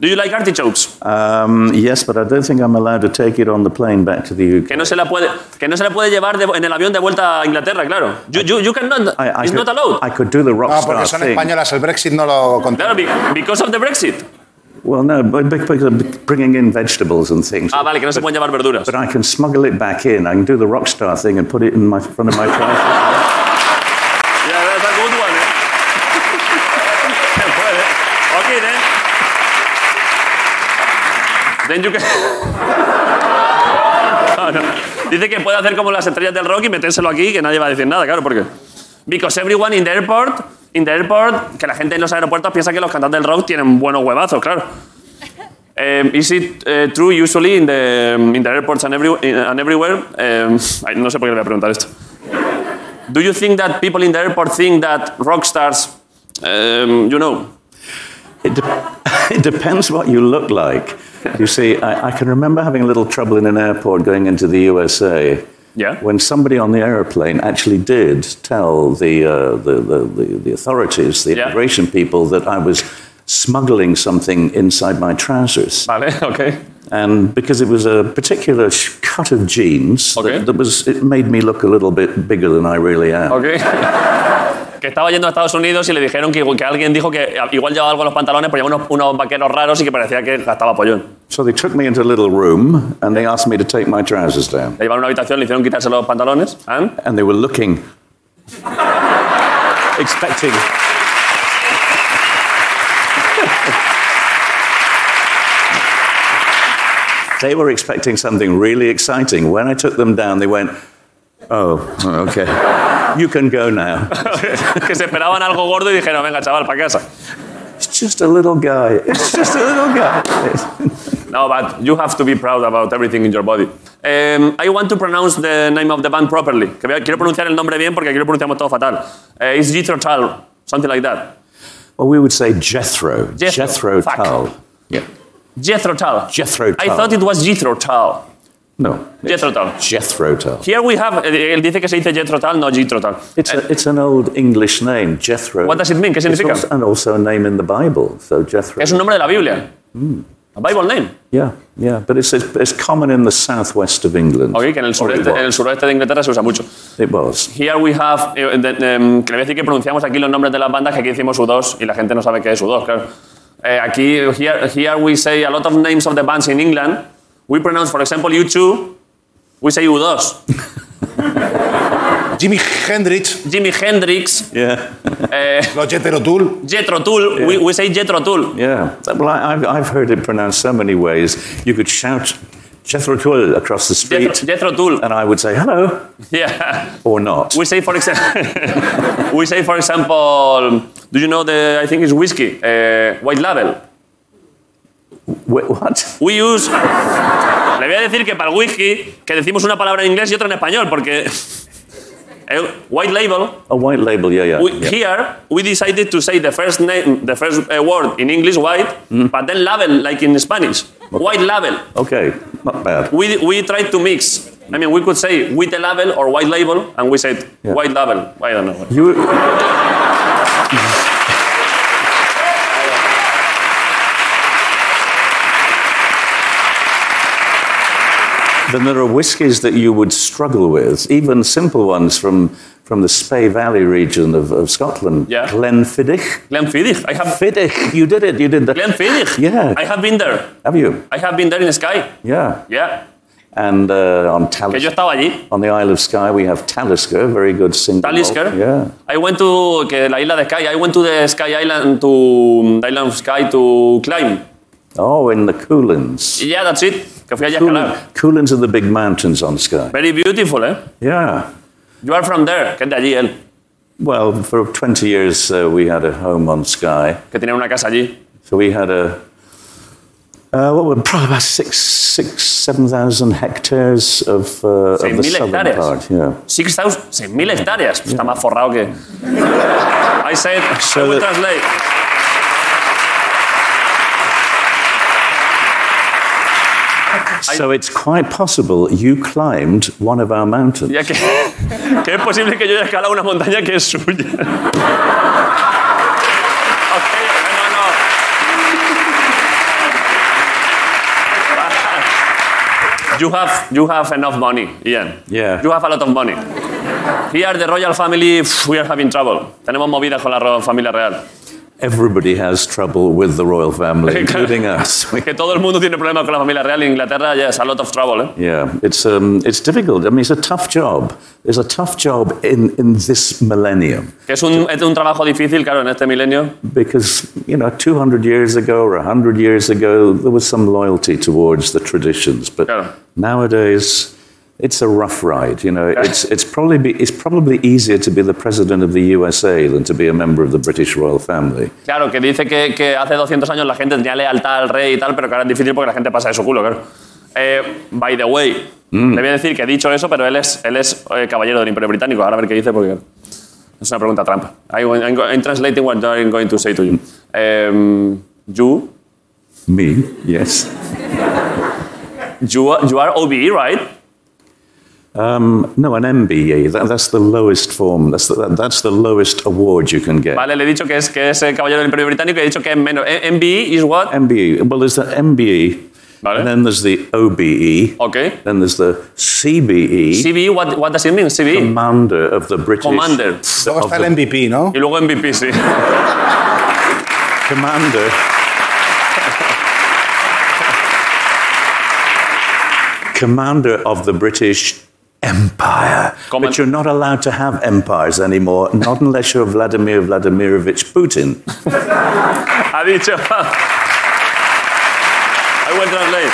Do you like artichokes? Um, yes, but I don't think I'm allowed to take it on the plane back to the UK. Que no se la puede, que no se la puede llevar de- en el avión de vuelta a Inglaterra, claro. You, you, you cannot, I, I it's could, not allowed. I could do the rock No, star porque son thing. españolas, el Brexit no lo Claro, contempla. be- because of the Brexit. Well, no, but but- but bringing in vegetables and things. Ah, vale, que no se pueden llevar verduras. But I can smuggle it back in. I can do the rock star thing and put it in my front of my trousers. Yeah, that's a good one, eh. Se puede. Okay, then. Then you can... No, no. Dice que puede hacer como las estrellas del rock y metérselo aquí que nadie va a decir nada, claro, porque... Because everyone in the airport, in the airport, que la gente en los aeropuertos piensa que los cantantes del rock tienen buenos huevazos, claro. Um, is it eh, true usually in the, um, in the airports and, every, and everywhere? Um, ay, no sé por qué le voy a preguntar esto. Do you think that people in the airport think that rock stars, um, you know? It, de- it depends what you look like. You see, I, I can remember having a little trouble in an airport going into the USA. Yeah. When somebody on the aeroplane actually did tell the, uh, the, the, the, the authorities, the Yeah. immigration people, that I was smuggling something inside my trousers. Vale, ok. And because it was a particular sh- cut of jeans Okay. that, that was, it made me look a little bit bigger than I really am. Ok. que estaba yendo a Estados Unidos y le dijeron que, que alguien dijo que igual llevaba algo en los pantalones, pero llevaba unos, unos vaqueros raros y que parecía que gastaba pollón. So they took me into a little room Mm, and they asked me to take my trousers down. Le llevaron a una habitación, le hicieron quitarse los pantalones. ¿eh? ¿and? and they were looking, expecting. they were expecting something really exciting. When I took them down, they went, Oh, okay. You can go now. que se esperaban algo gordo y dijeron, venga, chaval, para casa. It's just a little guy. It's just a little guy. No, but you have to be proud about everything in your body. Um, I want to pronounce the name of the band properly. Que vea- quiero pronunciar el nombre bien porque aquí lo pronunciamos todo fatal. Eh, it's Jethro Tull, something like that. well, we would say Jethro. Jethro. Jethro Fuck. Tull. Yeah. Jethro Tull. Jethro I Tull. thought it was Jethro Tull. No. Jethro Tull. Jethro Tull. Here we have, eh, él dice que se dice Jethro Tull, no Jethro Tull. It's, a, it's an old English name, Jethro. What does it mean? ¿Qué It's significa? also- and also a name in the Bible, so Jethro. Es un nombre de la Biblia. Mm. A Bible name. Yeah, yeah, but it's, it's common in the southwest of England. Ok, que en el, Or it sureste, en el was. suroeste de Inglaterra se usa mucho. It was. Here we have, eh, de- de- em, que le voy a decir que pronunciamos aquí los nombres de las bandas que aquí hicimos U2 y la gente no sabe qué es U2, claro. Eh, aquí, here, here we say a lot of names of the bands in England. We pronounce, for example, U2, we say U2. Jimi Hendrix, Jimi Hendrix, Yeah. eh, los Jethro Tull. Jethro Tull, we, we say Jethro Tull. yeah. Well, I, I've, I've heard it pronounced so many ways. You could shout Jethro Tull across the Jethro, street, Jethro Tull. and I would say hello Yeah. or not. We say for example, we say for example, do you know the? I think it's whiskey, eh, white label. Wait, what? We use. Le voy a decir que para el whisky, que decimos una palabra en inglés y otra en español, porque. eh, white label, A white label? Yeah, yeah. we, yeah. here we decided to say the first name, the first eh, word in English, white, Mm. but then label, like in Spanish. White label. Okay, not bad. We, we tried to mix. I mean, we could say with a label or white label, and we said Yeah. white label. I don't know. You. Then there are whiskies that you would struggle with, even simple ones from, from the Spey Valley region of, of Scotland. Yeah. Glenfiddich. Glenfiddich. I have Fiddich, you did it, you did that. Glenfiddich. Yeah. I have been there. Have you? I have been there in Sky. Yeah. Yeah. And uh, on Que yo Talis- estaba allí. on the Isle of Skye, we have Talisker, very good single. malt. Talisker. Yeah. I went to que la isla de Sky. I went to the Sky Island to um, the Island of Sky to climb. Oh, in the Coolins. Yeah, that's it. Que fui allá a Coolin, escalar. Coolin's are the big mountains on Skye. Very beautiful, eh? Yeah. You are from there. Que es de allí él. Well, for 20 years uh, we had a home on Skye. Que tenía una casa allí. So we had a, uh, what were probably about six, six, 7,000 hectares of, uh, of the 6.000 southern hectáreas. part. Yeah. 6,000, 6.000 hectáreas. Pues Está más forrado que. I said, I will that- translate. So it's quite possible you climbed one of our mountains. Ya que, que es posible que yo haya escalado una montaña que es suya. Ok, bueno, no. You have, you have enough money, Ian. Yeah. You have a lot of money. Here, the royal family, pff, we are having trouble. Tenemos movidas con la ro- familia real. Everybody has trouble with the royal family, including us. We- Que todo el mundo tiene problemas con la familia real. En Inglaterra, yes, a lot of trouble, ¿eh? Yeah, it's, um, it's difficult. I mean, it's a tough job. It's a tough job in, in this millennium. Que es un, es un trabajo difícil, claro, en este milenio. because you know 200 years ago or 100 years ago there was some loyalty towards the traditions but Yeah. nowadays it's a rough ride you know it's it's probably be, it's probably easier to be the president of the USA than to be a member of the British royal family Claro, que dice que, que hace 200 años la gente tenía lealtad al rey y tal, pero que ahora es difícil porque la gente pasa de su culo, claro. Eh, by the way, Mm. le voy a decir que he dicho eso, pero él es, él es eh, caballero del Imperio Británico. Ahora a ver qué dice porque es una pregunta trampa. I, I'm, go- I'm translating what I'm going to say to you. Em, you, me yes you, are- you are OBE, right? um, no an MBE that, that's the lowest form that's the, that, that's the lowest award you can get Vale, le he dicho que es, que es eh, caballero del Imperio Británico y he dicho que es menos. Eh, MBE is what? MBE E. well there's the MBE Vale. and then E. there's the OBE Ok. then there's the CBE CBE, what, what does it mean? CBE. commander of the British Commander. Luego está el MVP, ¿no? Y luego MVP, sí. commander. commander of the British Empire. Command- but you're not allowed to have empires anymore, not unless you're Vladimir Vladimirovich Putin. Ha dicho. I will translate.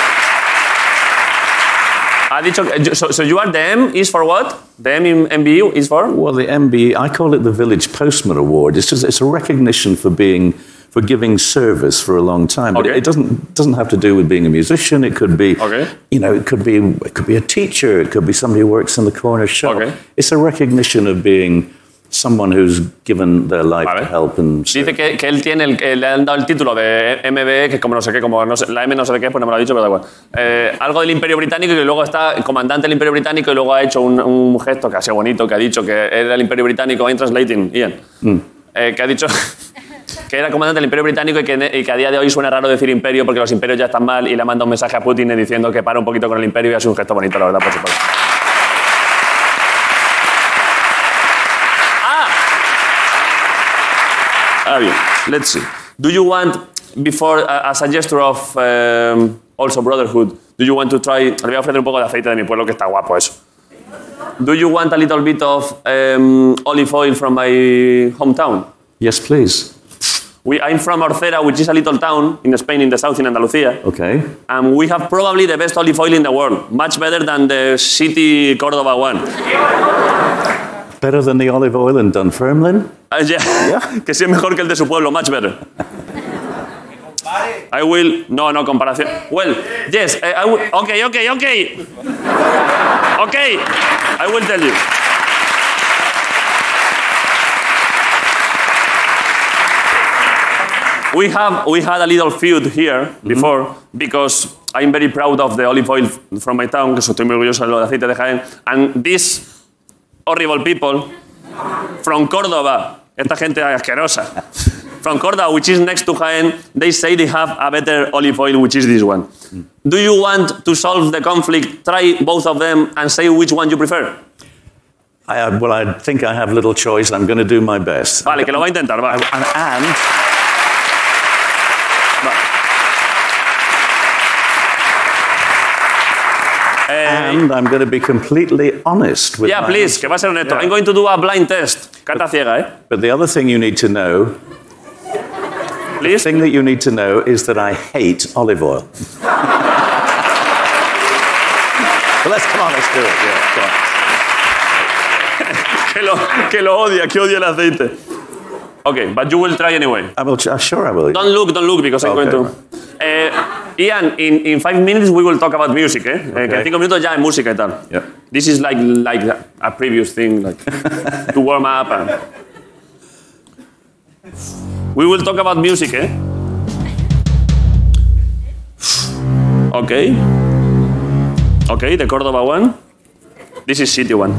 Ha dicho. So, so you are the M is for what? The M in MBU is for? Well, the MBE, I call it the Village Postman Award. It's just it's a recognition for being for giving service for a long time. But Okay. it doesn't doesn't have to do with being a musician. It could be Okay. you know, it could be it could be a teacher, it could be somebody who works in the corner shop. Okay. It's a recognition of being someone who's given their life Vale. to help and serve. Dice que, que él tiene el, que le han dado el título de MBE, que es como no sé qué, como no sé- la M no sé de qué, pues no me lo ha dicho, pero da igual. Eh, algo del Imperio Británico y luego está el comandante del Imperio Británico y luego ha hecho un, un gesto casi bonito que ha dicho que era el Imperio Británico, I'm translating, Ian. Eh, que ha dicho que era comandante del Imperio Británico y que, y que a día de hoy suena raro decir imperio porque los imperios ya están mal y le ha mandado un mensaje a Putin diciendo que para un poquito con el imperio y ha sido un gesto bonito, la verdad, por supuesto. Ah, bien. Let's see. Do you want, before, a- as a gesture of um, also brotherhood, do you want to try... Le voy a ofrecer un poco de aceite de mi pueblo, que está guapo eso. Do you want a little bit of um, olive oil from my hometown? Yes, please. We, I'm from Orcera, which is a little town in Spain, in the south, in Andalucía. Okay. And we have probably the best olive oil in the world, much better than the city Córdoba one. Better than the olive oil in Dunfermline? Ah, ya. Yeah. que sea mejor que el de su pueblo, much better. I will. No, no, comparación. Well, yes, eh, I will. Ok, ok, ok. Ok, I will tell you. We have we had a little feud here before because I'm very proud of the olive oil from my town, que estoy muy orgulloso del aceite de Jaén. And these horrible people from Córdoba. Esta gente asquerosa. From Córdoba, which is next to Jaén, they say they have a better olive oil, which is this one. Do you want to solve the conflict? Try both of them and say which one you prefer. I, uh, well, I think I have little choice. I'm going to do my best. Vale, que lo va a intentar, va. I, and, and Eh, and I'm going to be completely honest with yeah, my please, que va a ser honesto. I'm going to do a blind test. Carta ciega, ¿eh? But the other thing you need to know, the Please. thing that you need to know is that I hate olive oil. well, let's come on, let's do it. Yeah, come on. Que lo, que lo odia, que odia el aceite. Okay, but you will try anyway. I will. I'm sure I will. Don't look, don't look, because I'm Okay. going to. Eh, Ian, in, in five minutes we will talk about music, ¿eh? Eh, que en Okay. cinco minutos ya hay música y tal. Yeah. This is like, like a previous thing, like to warm up. And... We will talk about music, ¿eh? Okay. Okay, the Cordoba one. This is city one.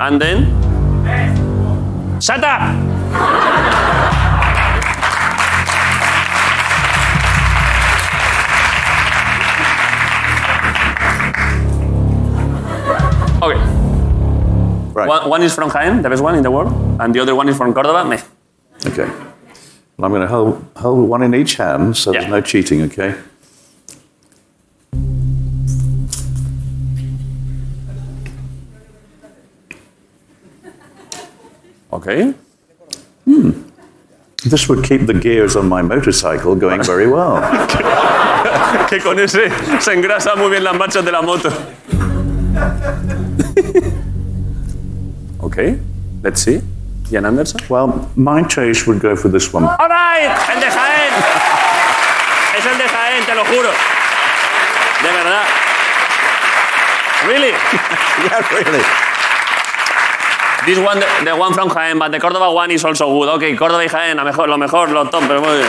And then. Shut up! Okay. Right. One, one is from Jaén, the best one in the world, and the other one is from Córdoba. Meh. Okay. Well, I'm going to hold, hold one in each hand, so Yeah. there's no cheating. Okay. Okay. This would keep the gears on my motorcycle going very well. Que con ese se engrasa muy bien las marchas de la moto. okay. Let's see. Ian Anderson. well, my choice would go for this one. All right. El de Jaén. Es el de Jaén, te lo juro. De verdad. Really. yeah, really. This one, the one from Jaén, but the Córdoba one is also good. Okay, Córdoba y Jaén, a mejor, lo mejor, lo top, pero muy bien.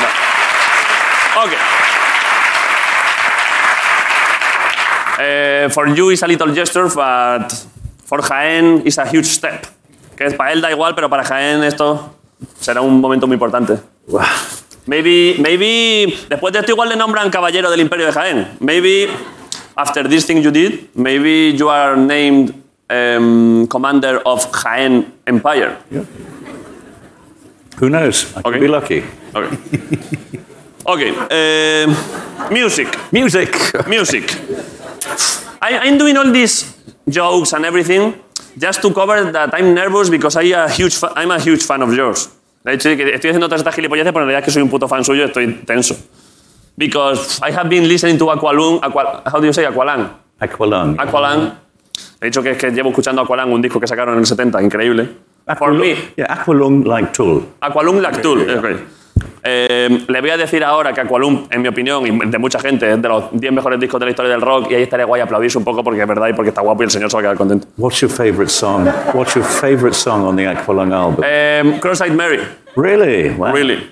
No. Okay. Eh, for you is a little gesture, but for Jaén is a huge step. Que para él da igual, pero para Jaén esto será un momento muy importante. Well, Maybe, maybe después de esto igual le nombran caballero del Imperio de Jaén. Maybe after this thing you did, maybe you are named um, commander of Jaén Empire. who knows? I Okay. could be lucky. Okay. Okay. eh, music. Music. Music. I, I'm doing all these jokes and everything just to cover that I'm nervous because I a huge fa- I'm a huge fan of yours. De hecho, que estoy haciendo todas estas gilipolleces, pero en realidad es que soy un puto fan suyo, estoy tenso. Because I have been listening to Aqualung, Aqua, how do you say Aqualung? Aqualung. Aqualung. He dicho que es que llevo escuchando Aqualung, un disco que sacaron en el 70, increíble. For me, Yeah, Aqualung like Tool. Aqualung Lactul. ok. Eh, le voy a decir ahora que Aqualung, en mi opinión, y de mucha gente, es de los 10 mejores discos de la historia del rock, y ahí estaría guay aplaudirse un poco porque es verdad y porque está guapo y el señor se va a quedar contento. What's your favourite song? What's your favourite song on the Aqualung album? Eh, Cross-Eyed Mary, really? Wow. really.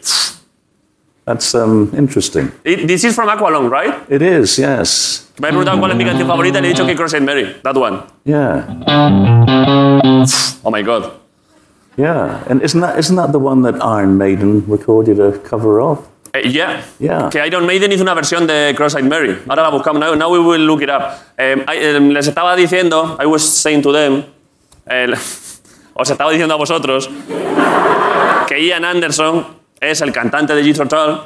That's um, interesting. It- this is from Aqualung, right? It is, yes. Mm. Me he preguntado cuál es mi canción favorita y le he dicho que Cross-Eyed Mary, that one. Yeah. Oh my god. Yeah. And isn't that, isn't that the one that Iron Maiden recorded a cover of? Eh, yeah. Yeah. Que Iron Maiden hizo una versión de Cross-Eyed Mary. Ahora la buscamos. Now, now we will look it up. Eh, I- eh, les estaba diciendo, I was saying to them, el- os estaba diciendo a vosotros, que Ian Anderson es el cantante de Jethro Tull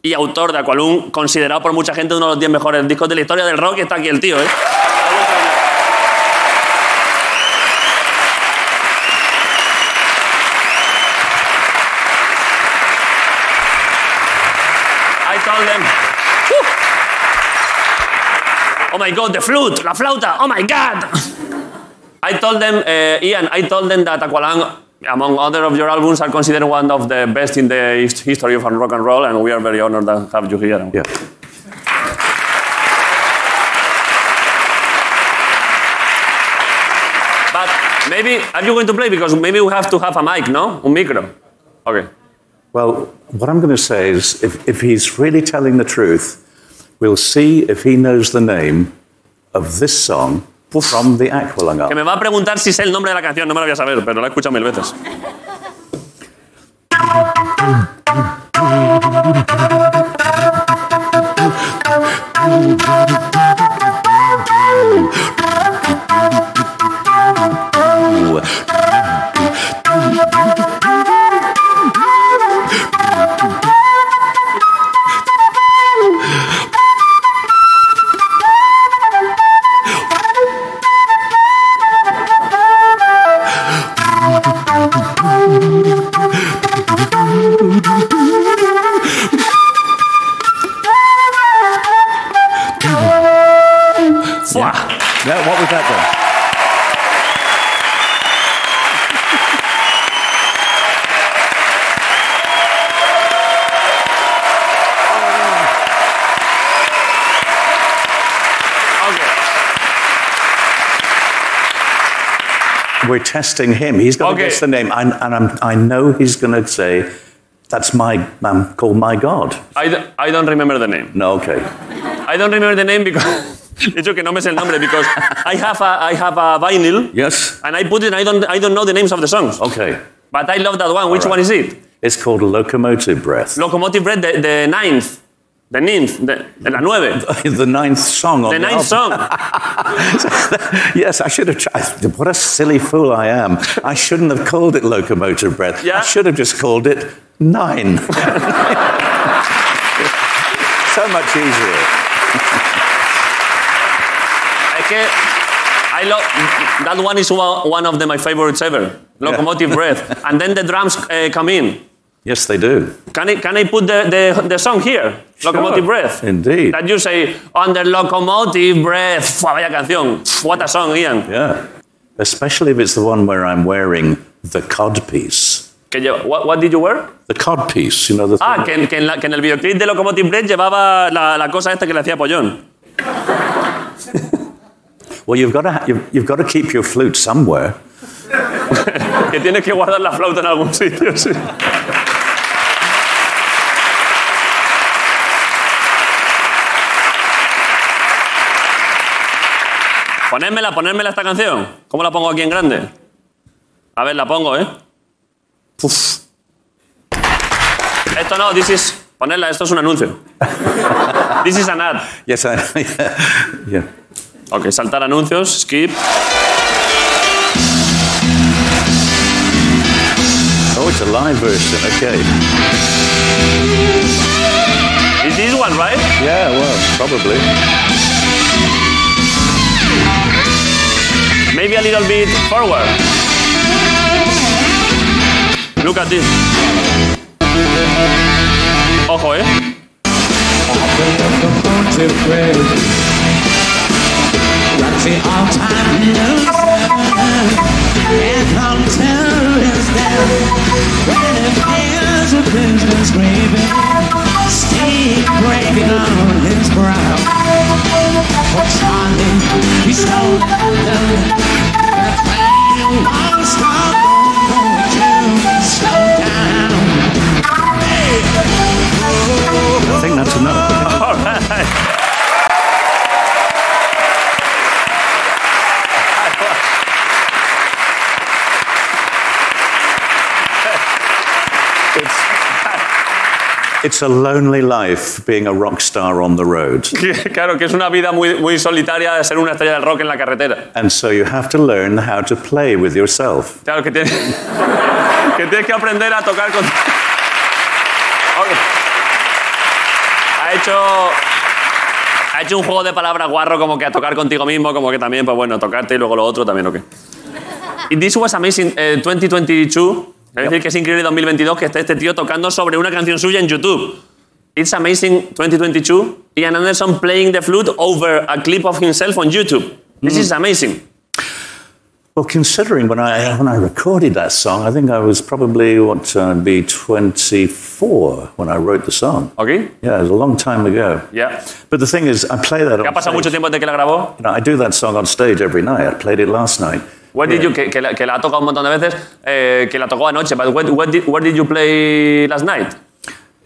y autor de Aqualung, considerado por mucha gente uno de los 10 mejores discos de la historia del rock. Y está aquí el tío, ¿eh? Ha vuelto a hablar. I told them. Woo! Oh my god, the flute, la flauta, oh my god. I told them, eh, Ian, I told them that Aqualung, among other of your albums, are considered one of the best in the his- history of rock and roll, and we are very honored to have you here. Yeah. But maybe, are you going to play? Because maybe we have to have a mic, no? Un micro. Okay. Well, what I'm going to say is if, if he's really telling the truth, we'll see if he knows the name of this song from the Aqualung Que album. me va a preguntar si sé el nombre de la canción, no me lo voy a saber, pero la he escuchado mil veces. No, what was that then? We're testing him. He's got Okay. to guess the name. I'm, and I'm, I know he's going to say, that's my, I'm called my God. I, do- I don't remember the name. No, okay. I don't remember the name because... He dicho que no me sé el nombre because I have a, I have a vinyl Yes? and I put it and I don't, I don't know the names of the songs. Okay. But I love that one. Which All right. one is it? It's called Locomotive Breath. Locomotive Red, the, the ninth. The ninth, the, the la nueve. the ninth song on The the ninth album. song. yes, I should have tried. What a silly fool I am. I shouldn't have called it Locomotive Breath. Yeah. I should have just called it Nine. so much easier. Es que I love that one is one, one of the, my favorites ever. Locomotive Breath. And then the drums uh, come in. Yes, they do. Can I, can I put the, the, the song here? Locomotive Sure. Breath. Indeed. That you say, under locomotive breath. Fua, vaya canción. What a song, Ian. Yeah. Especially if it's the one where I'm wearing the codpiece. Que lleva- what, what did you wear? The codpiece, you know, the Ah, que, thing- en- que en la- que en el videoclip de Locomotive Breath llevaba la, la cosa esta que le hacía Pollón. Well, you've got, to ha- you've, you've got to keep your flute somewhere. Que tienes que guardar la flauta en algún sitio, sí. Ponérmela, ponérmela esta canción. ¿Cómo la pongo aquí en grande? A ver, la pongo, ¿eh? Uf. Esto no, this is... Ponerla, esto es un anuncio. This is an ad. Yes, I yeah. yeah. Ok, saltar anuncios, skip. Oh, it's a live version. Okay. Is this one, right? Yeah, well, probably. Maybe a little bit forward. Look at this. Ojo, eh. I think that's enough. It's a lonely life being a rock star on the road. claro, que es una vida muy, muy solitaria de ser una estrella del rock en la carretera. And so you have to learn how to play with yourself. Claro, que tienes que, tienes que aprender a tocar con... Ok. hecho. Ha hecho un juego de palabras guarro, como que a tocar contigo mismo, como que también, pues bueno, tocarte y luego lo otro también, ¿o qué? Y This was amazing eh, 2022. Es decir, que es increíble 2022 que esté este tío tocando sobre una canción suya en YouTube. It's amazing 2022. Ian Anderson playing the flute over a clip of himself on YouTube. This is amazing. Well, considering when I when I recorded that song, I think I was probably what uh, be 24 when I wrote the song. ¿Ok? Yeah, it was a long time ago. Yeah. But the thing is, I play that. ¿Qué ha On pasado mucho stage. tiempo desde que la grabó? You know, I do that song on stage every night. I played it last night. Where did you, que, que la, que la ha tocado un montón de veces, eh, que la tocó anoche. But where, where did, where did you play last night?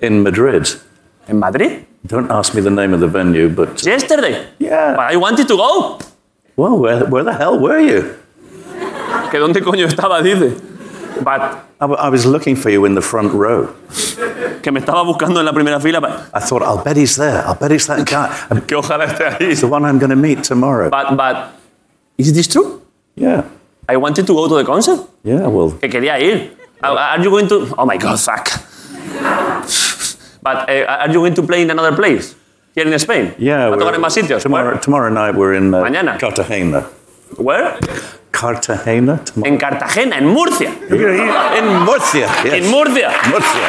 in Madrid. ¿En Madrid? Don't ask me the name of the venue, but Yesterday. Yeah. But I wanted to go. well, where, where the hell were you? ¿Que dónde coño estaba? Dice. But, I, w- I was looking for you in the front row. que me estaba buscando en la primera fila. but- I thought, I'll bet he's there. I'll bet it's that guy. And que ojalá esté ahí. He's the one I'm going to meet tomorrow. But, but, is this true? yeah, I wanted to go to the concert. yeah. Well, Que quería ir. Are, are you going to... Oh my God, fuck. But eh, are you going to play in another place? Here in Spain. ¿Va yeah. a we're- tocar en más sitios? Tomorrow, tomorrow night we're in uh, Mañana. Cartagena. Where? Where? Cartagena tomorrow. En Cartagena, en Murcia. In Murcia. Yes. En Murcia. Murcia.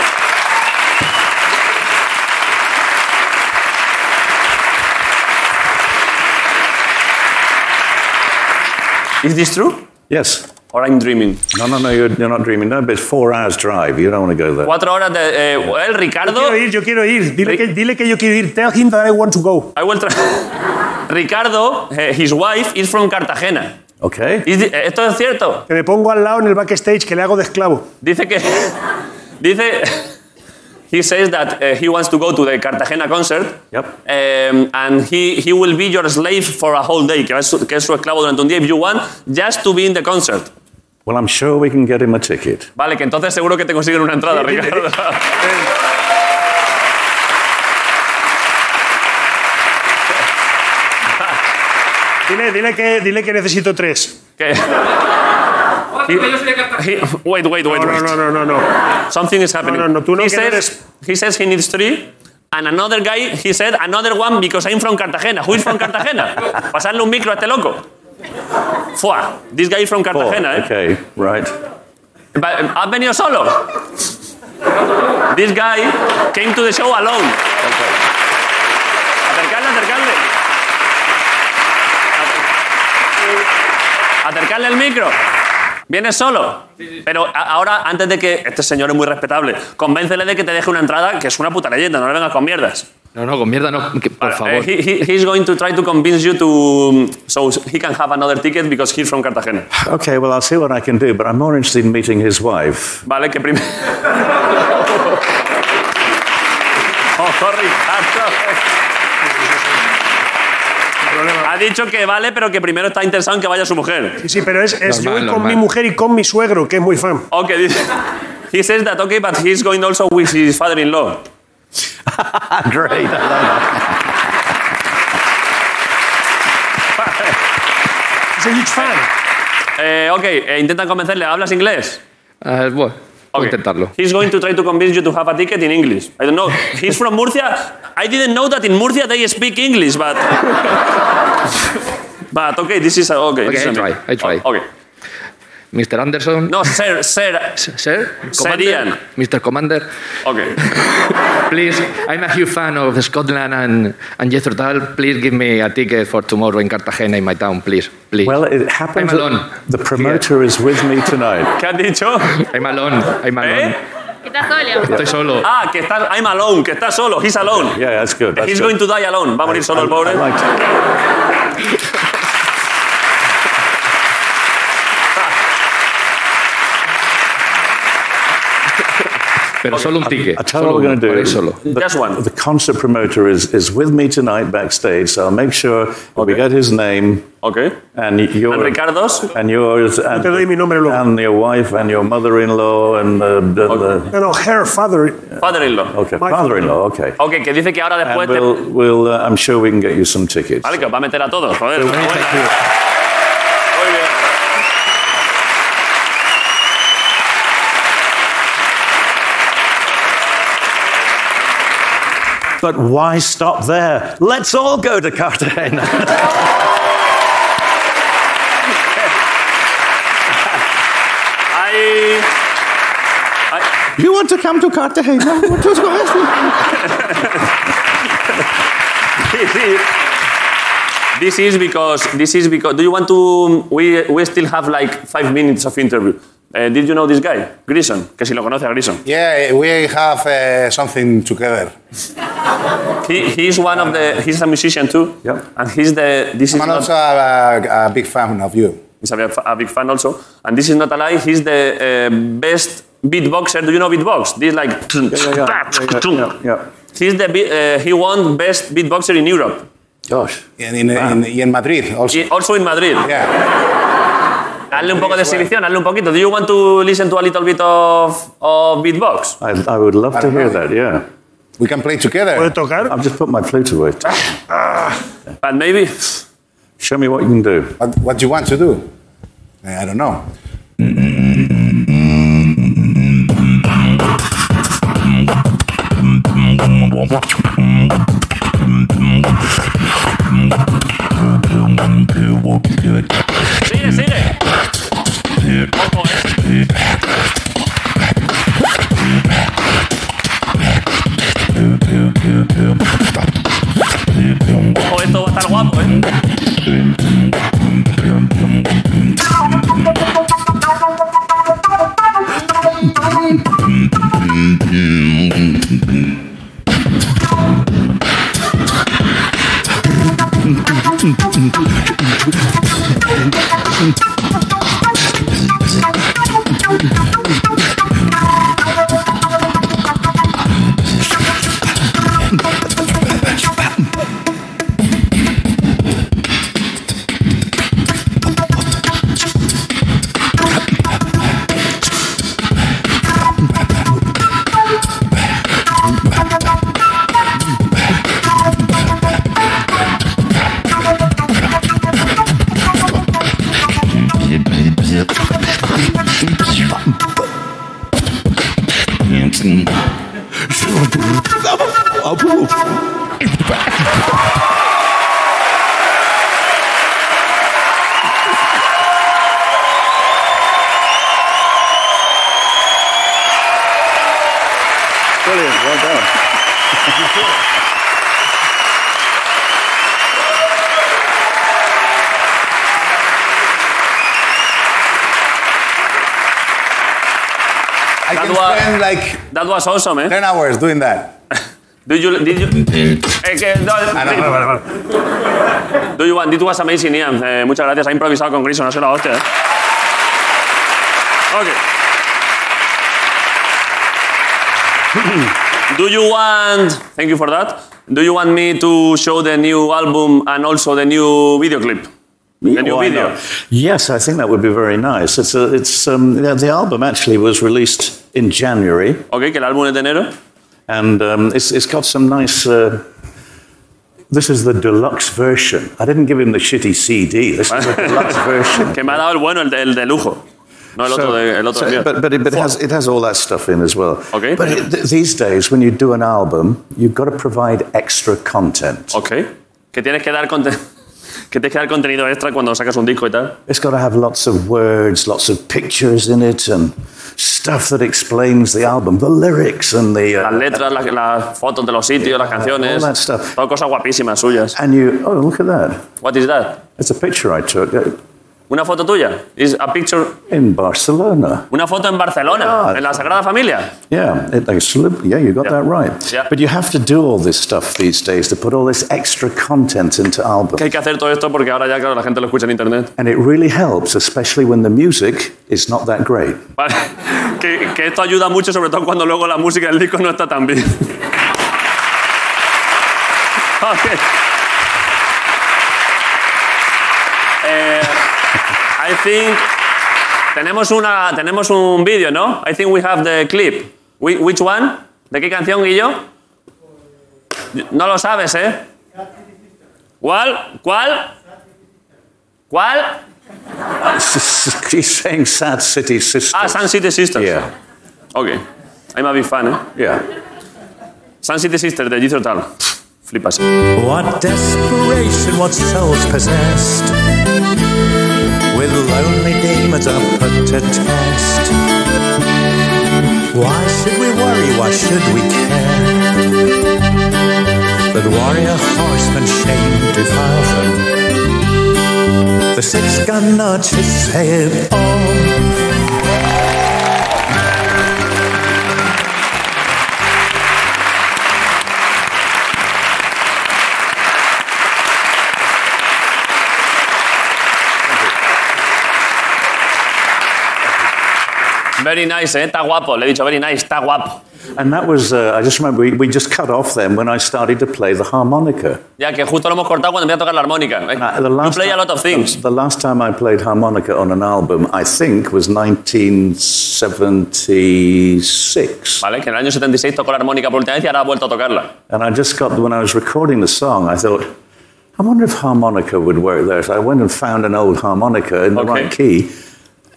Is this true? Yes. Or I'm dreaming. No, no, no. You're, you're not dreaming. No, but it's four hours drive. You don't want to go there. Cuatro horas de... eh, el Ricardo... Quiero ir, yo quiero ir. Dile que, dile que yo quiero ir. Tell him that I want to go. I will try. Ricardo, eh, his wife, is from Cartagena. Okay. Is thi- eh, ¿Esto es cierto? Que me pongo al lado en el backstage, que le hago de esclavo. Dice que... Dice... He says that eh, he wants to go to the Cartagena concert. Yep. Um, and he, he will be your slave for a whole day. Que, va a su- que es su esclavo durante un día, if you want, just to be in the concert. Well, I'm sure we can get him a ticket. Vale, que entonces seguro que te consiguen una entrada, Ricardo. Dile, dile, que, dile que necesito tres. Que- He- wait, wait, wait, No, wait. no, no, no, no. no. Something is happening. No, no, no, tú no, he, que says, no eres- he says he needs three, and another guy, he said another one because I'm from Cartagena. Who is from Cartagena? Pasarle un micro a este loco. Fua, this guy is from Four. Cartagena, eh? Okay, right. But, um, ¿Has venido solo? This guy came to the show alone. Acercarle, acercarle. Acer- Acercarle el micro. Viene solo. Pero a- ahora, antes de que. Este señor es muy respetable. Convéncele de que te deje una entrada, que es una puta leyenda, no le vengas con mierdas. No, no, con mierda no, que- por favor. Eh, he, he- he's going to try to convince you to. So he can have another ticket because he's from Cartagena. Okay, well, I'll see what I can do, but I'm more interested in meeting his wife. Vale, que primero. Oh, Ah, Ha dicho que vale, pero que primero está interesado en que vaya su mujer. Sí, sí, pero es, es yo voy Normal, con mi normal. mujer y con mi suegro, que es muy fan. Ok, Oh, dice. He says that okay, but he's going also with his father-in-law. Great. Es un huge fan. Eh, ok, eh, intentan convencerle. ¿Hablas inglés? Ah, bueno, voy a Okay. intentarlo. He's going to try to convince you to have a ticket in English. I don't know. He's from Murcia. I didn't know that in Murcia they speak English, but. but okay, this is a, okay. Okay, this is I a- Oh, try, I try. Okay. Mr. Anderson. No, sir, sir, Sir? Ian. Commander, Mr. Commander, Okay. please, I'm a huge fan of Scotland and, and Jethro Tull. Please give me a ticket for tomorrow in Cartagena, in my town, please. please. Well, it happens I'm that alone. the promoter is with me tonight. ¿Qué has dicho? I'm alone, I'm alone. ¿Eh? Estoy solo. Ah, que está. I'm alone, que está solo. He's alone. Yeah, that's good. That's He's good. going to die alone. Va a morir solo el I- I pobre. liked it. Pero solo un ticket. I tell you Solo what we're going uno, to por do. ahí solo. The, Just one. the concert promoter is, is with me tonight backstage, so I'll make sure that we get his name Okay. and your And Ricardo's? and yours and, te doy mi nombre luego. and your wife and your mother-in-law and uh, the, the No, no, her father. Father-in-law. okay My- father-in-law. Okay. Ok, que dice que ahora And después te- we'll, we'll uh, I'm sure we can get you some tickets. Vale, que os va a meter a todos. Joder, Thank enhorabuena. you. Muy bien. But why stop there? Let's all go to Cartagena. Hay... You want to come to Cartagena? What was going This is- This is because this is because. Do you want to? We we still have like five minutes of interview. Eh, did you know this guy, Grison? Que si lo conoce a Grison. Yeah, we have eh, something together. He, he's one of the. He's a musician too. Yep. And he's the. This is I'm not, also a, a big fan of you. he's a, big fa- a big fan also. And this is not a lie. He's the uh, best beatboxer. Do you know beatbox? This like. yeah. He's the. be- Uh, he won best beatboxer in Europe. Gosh. And in, in, y en Madrid also. Y also in Madrid. Yeah. Hazle un poco de exhibición, hazle un poquito. Do you want to listen to a little bit of, of beatbox? I, I would love to hear that, yeah. We can play together. ¿Puede tocar? I've just put my flute away. But maybe. Show me what you can do. What, what do you want to do? Eh, I don't know. Sigue, sigue. Ojo, eh. Ojo, esto va a estar guapo, eh. Brilliant, well done. I can That was- spend like That was awesome, eh. 10 hours doing that. Did you. Did you. Eh, que, no, no, vale, vale. Do you want. It was amazing, Ian. Eh, muchas gracias. Ha improvisado con Grison, ha sido la hostia, eh. Ok. Do you want. Thank you for that. Do you want me to show the new album and also the new video clip? The new Why video. not? Yes, I think that would be very nice. It's a, it's um, the, the album actually was released in January, Ok, que el álbum es de enero. and um, it's, it's got some nice. Uh, this is the deluxe version. I didn't give him the shitty CD. This is the deluxe version. Que me ha dado el bueno, el de, el de lujo. No el otro, de, el otro so- de mierda. but but, it, but it, has, it has all that stuff in as well. Okay. But it, th- these days, when you do an album, you've got to provide extra content. Ok. Que tienes que dar conte- que tienes que dar contenido extra cuando sacas un disco y tal. It's got to have lots of words, lots of pictures in it, and stuff that explains the album, the lyrics and the. Las letras, las, las fotos de los sitios, las canciones. all that stuff. Todas cosas guapísimas suyas. and you, oh, look at that. What is that? It's a picture I took uh, ¿Una foto tuya? Is a picture, in Barcelona. una foto en Barcelona, Ah. en la Sagrada Familia. Yeah, it, absolutely. Yeah, you got that right. Yeah. But you have to do all this stuff these days to put all this extra content into Que albums. hay que hacer todo esto porque ahora ya, claro, la gente lo escucha en internet. And it really helps, especially when the music is not that great. Vale. Que, que esto ayuda mucho, sobre todo cuando luego la música del disco no está tan bien. Ok. Eh, I think tenemos una tenemos un vídeo, ¿no? I think we have the clip. Whi- Which one? ¿De qué canción, Guillo? No lo sabes, ¿eh? ¿Cuál? ¿Cuál? ¿Cuál? He's saying Sad City Sisters. Ah, Sun City Sisters. Yeah, Ok. I'm a big fan, ¿eh? yeah. Sun City Sisters de Jethro Tull. Flipas. What desperation, what souls possessed with lonely demons are put to test. Why should we worry? Why should we care? That warrior horsemen shame to far from. The six gun archers say it all. Very nice, ¿eh? Está guapo. Le he dicho, very nice, está guapo. And that was, uh, I just remember we, we just cut off then when I started to play the harmonica. Ya que justo lo hemos cortado cuando empecé a tocar la armónica. ¿eh? You play a lot of things. The last Ah, time I played harmonica on an album, um, I think, was 1976. ¿Vale? Que en el año 76 tocó la armónica por última vez y ahora ha vuelto a tocarla. And I just got, when I was recording the song, I thought, I wonder if harmonica would work there. So I went and found an old harmonica in the right key.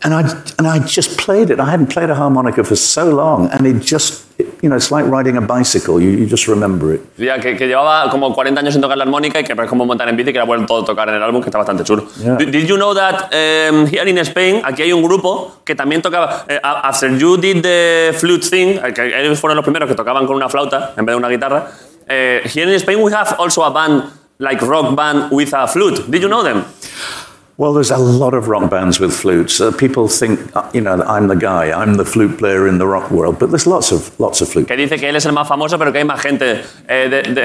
And I, and I just played it. I hadn't played a harmonica for so long. And it just, you know, it's like riding a bicycle. You, you just remember it. Ya que, que llevaba como 40 años sin tocar la armónica y que es como montar en bici que la ha vuelto a tocar en el álbum, que está bastante chulo. Yeah. Did, did you know that um, here in Spain, aquí hay un grupo que también tocaba. eh, a- after you did the flute thing, eh, que ellos fueron los primeros que tocaban con una flauta en vez de una guitarra. eh, here in Spain, we have also a band, like rock band with a flute. Did you know them? Well, there's a lot of rock bands with flutes. Uh, people think, uh, you know, that I'm the guy. I'm the flute player in the rock world. But there's lots of, lots of flute. Que dice que él es el más famoso, pero que hay más gente. eh, de- de-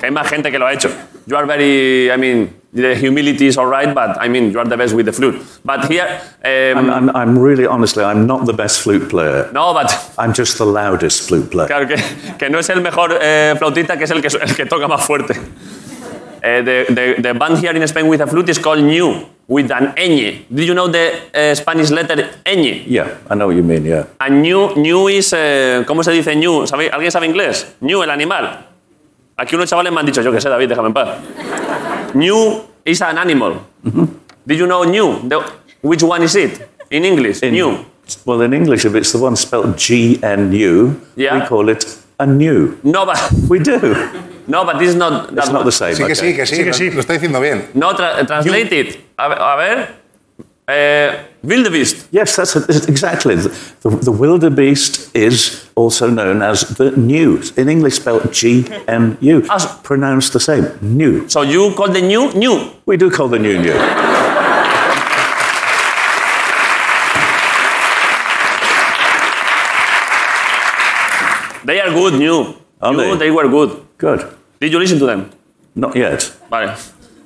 que hay más gente que lo ha hecho. You are very. I mean, the humility is alright, but I mean, you are the best with the flute. But here. em, I'm, I'm, I'm really, honestly, I'm not the best flute player. no, but. I'm just the loudest flute player. Claro, que, que no es el mejor eh, flautista, que es el que, su- el que toca más fuerte. Eh, the, the- the band here in Spain with a flute is called New, with an ñ. Do you know the eh, Spanish letter ñ? Yeah, I know what you mean, yeah. And new, new is. eh, ¿Cómo se dice new? ¿Sabe- ¿Alguien sabe inglés? New, el animal. Aquí unos chavales me han dicho, yo que sé, David, déjame en paz. New is an animal. Did you know new? The- which one is it? In English, new. Well, in English, if it's the one spelled G-N-U, Yeah. we call it a new. No, but, We do. no, but this is not. It's that not one. the same. Sí que sí, okay. que sí. Sí que sí. Lo, lo está diciendo bien. No, tra- translate it. A ver. A ver. Eh, Wildebeest. Yes, that's, that's exactly. The, the wildebeest is also known as the new. In English, spelled G N U. Pronounced the same, new. So you call the new new. We do call the new new. They are good, new. Are You, they? they were good. Good. Did you listen to them? Not yet. Vale.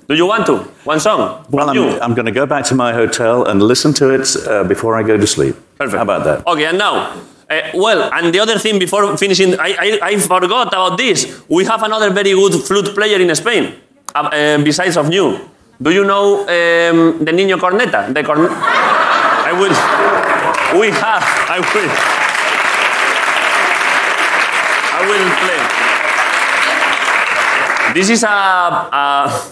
Do you want to? One song? Well, from you? I'm, I'm going to go back to my hotel and listen to it uh, before I go to sleep. Perfect. How about that? Okay, and now, eh, well, and the other thing before finishing, I, I, I forgot about this. We have another very good flute player in Spain, uh, eh, besides of you. Do you know um, the Niño Corneta? The corn- I will. We have. I will. I will play. This is a, a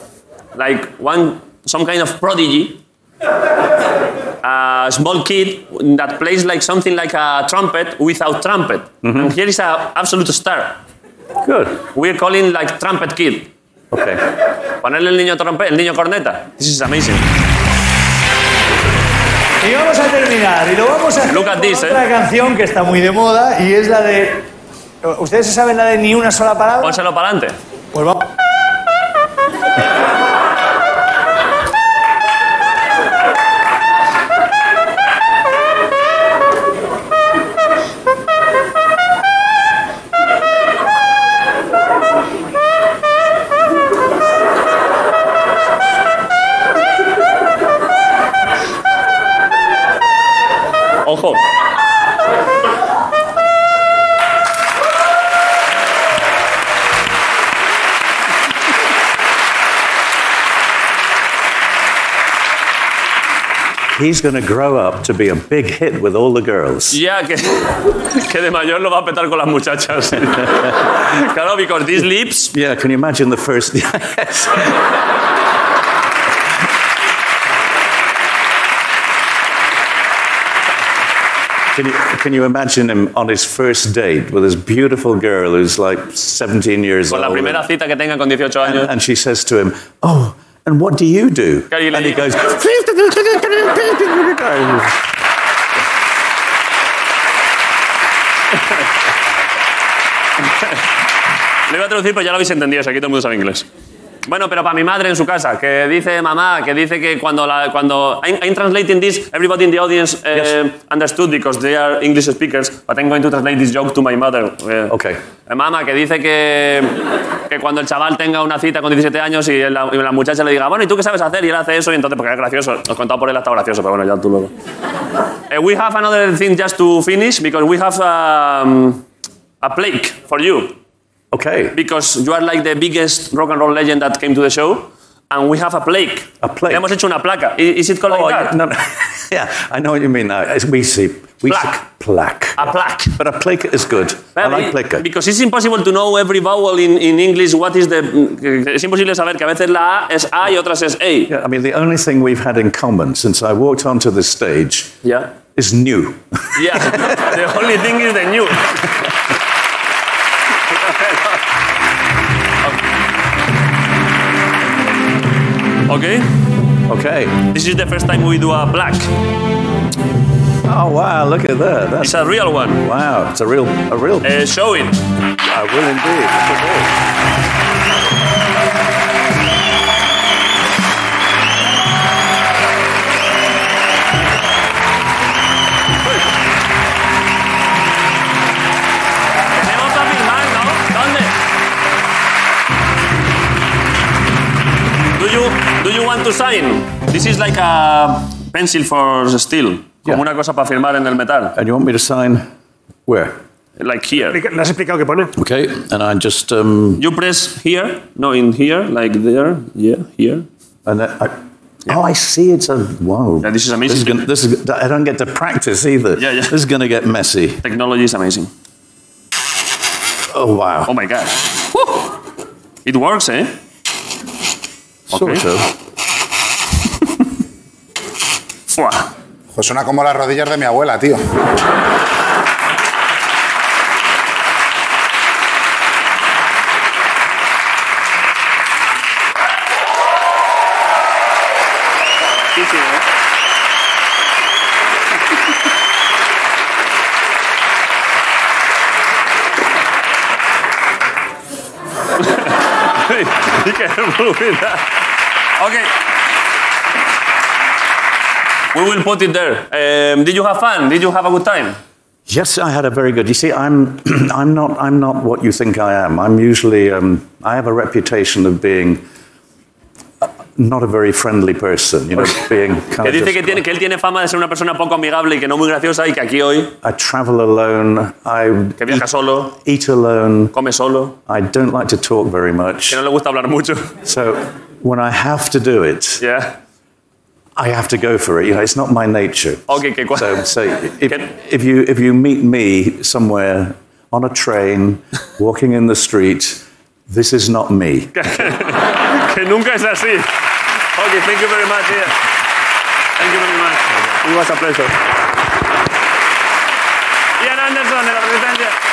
like one some kind of prodigy a small kid that plays like something like a trumpet without trumpet. And here is an absolute star. Mm-hmm. Good. We're calling like trumpet kid. Okay. Ponerle el niño trompeta, el niño corneta. This is amazing. Y vamos a terminar, y lo vamos a hacer Look at con this, otra eh. canción que está muy de moda y es la de... ¿Ustedes se saben la de ni una sola palabra? Pónselo para adelante. Pues vamos. Ojo. He's going to grow up to be a big hit with all the girls. Ya que, que de mayor lo va a petar con las muchachas. claro, because these lips. Yeah, can you imagine the first? Yes. Can you, can you imagine him on his first date with this beautiful girl who's like 17 years Con la old? primera cita que tenga con 18 años. and she says to him, Oh, and what do you do? Claro, y le- And he goes, Lo iba a traducir, pero ya lo habéis entendido, o sea, aquí todo el mundo sabe inglés. Bueno, pero para mi madre en su casa, que dice mamá, que dice que cuando la, cuando I'm, I'm translating this, everybody in the audience eh, understood because they are English speakers, but I'm going to translate this joke to my mother. Eh, eh, mamá, que dice que, que cuando el chaval tenga una cita con 17 años y la, y la muchacha le diga, bueno, ¿y tú qué sabes hacer? Y él hace eso, y entonces, porque es gracioso. Os contado por él hasta gracioso, pero bueno, ya tú luego. Eh, we have another thing just to finish because we have um, a plaque for you. Okay. Because you are like the biggest rock and roll legend that came to the show, and we have a plaque. A plaque. Le hemos hecho una placa. I- Is it called like that? Oh, No, no. Yeah, I know what you mean now. It's- We see, we Plaque. see plaque. A plaque. But a plaque is good. I like plaque. Because it's impossible to know every vowel in, in English what is the... Es imposible saber que a veces la A es A y otras es A. Yeah, I mean, the only thing we've had in common since I walked onto the stage yeah. is new. Yeah. the only thing is the new. okay. Okay. This is the first time we do a plaque. Oh, wow, look at that. That's It's a real one. Wow, it's a real, a real. Uh, show it. I will indeed. Do you, do you want to sign? This is like a pencil for steel. Como una cosa para firmar en el metal. And you want me to sign where? Like here. ¿Le has explicado qué pone? Okay, and I just um. You press here. No, in here. Like there. Yeah, here. And then I, oh, I see. It's a wow. Yeah, this is amazing. This is, gonna, this is. I don't get to practice either. Yeah, yeah. This is going to get messy. Technology is amazing. Oh wow. Oh my god. It works, eh? Sort of. Pues suena como las rodillas de mi abuela, tío. Sí, sí, ¿eh? You can move it. Okay. We will put it there. Um, did you have fun? Did you have a good time? Ah, Yes, I had a very good. You see, I'm, I'm not, I'm not what you think I am. I'm usually, um, I have a reputation of being uh, not a very friendly person. You know, being kind Que of. dice just- que, tiene, que él tiene fama de ser una persona poco amigable y que no muy graciosa y que aquí hoy, I travel alone. I que viaja solo, eat alone. come solo, I don't like to talk very much. que no le gusta hablar mucho. So when I have to do it, yeah. I have to go for it. You know, it's not my nature. Okay, que cua- So, so if, if you if you meet me somewhere on a train, walking in the street, this is not me. que nunca es así. Okay, thank you very much. yeah. Thank you very much. It was a pleasure. Ian Anderson de la Resistencia.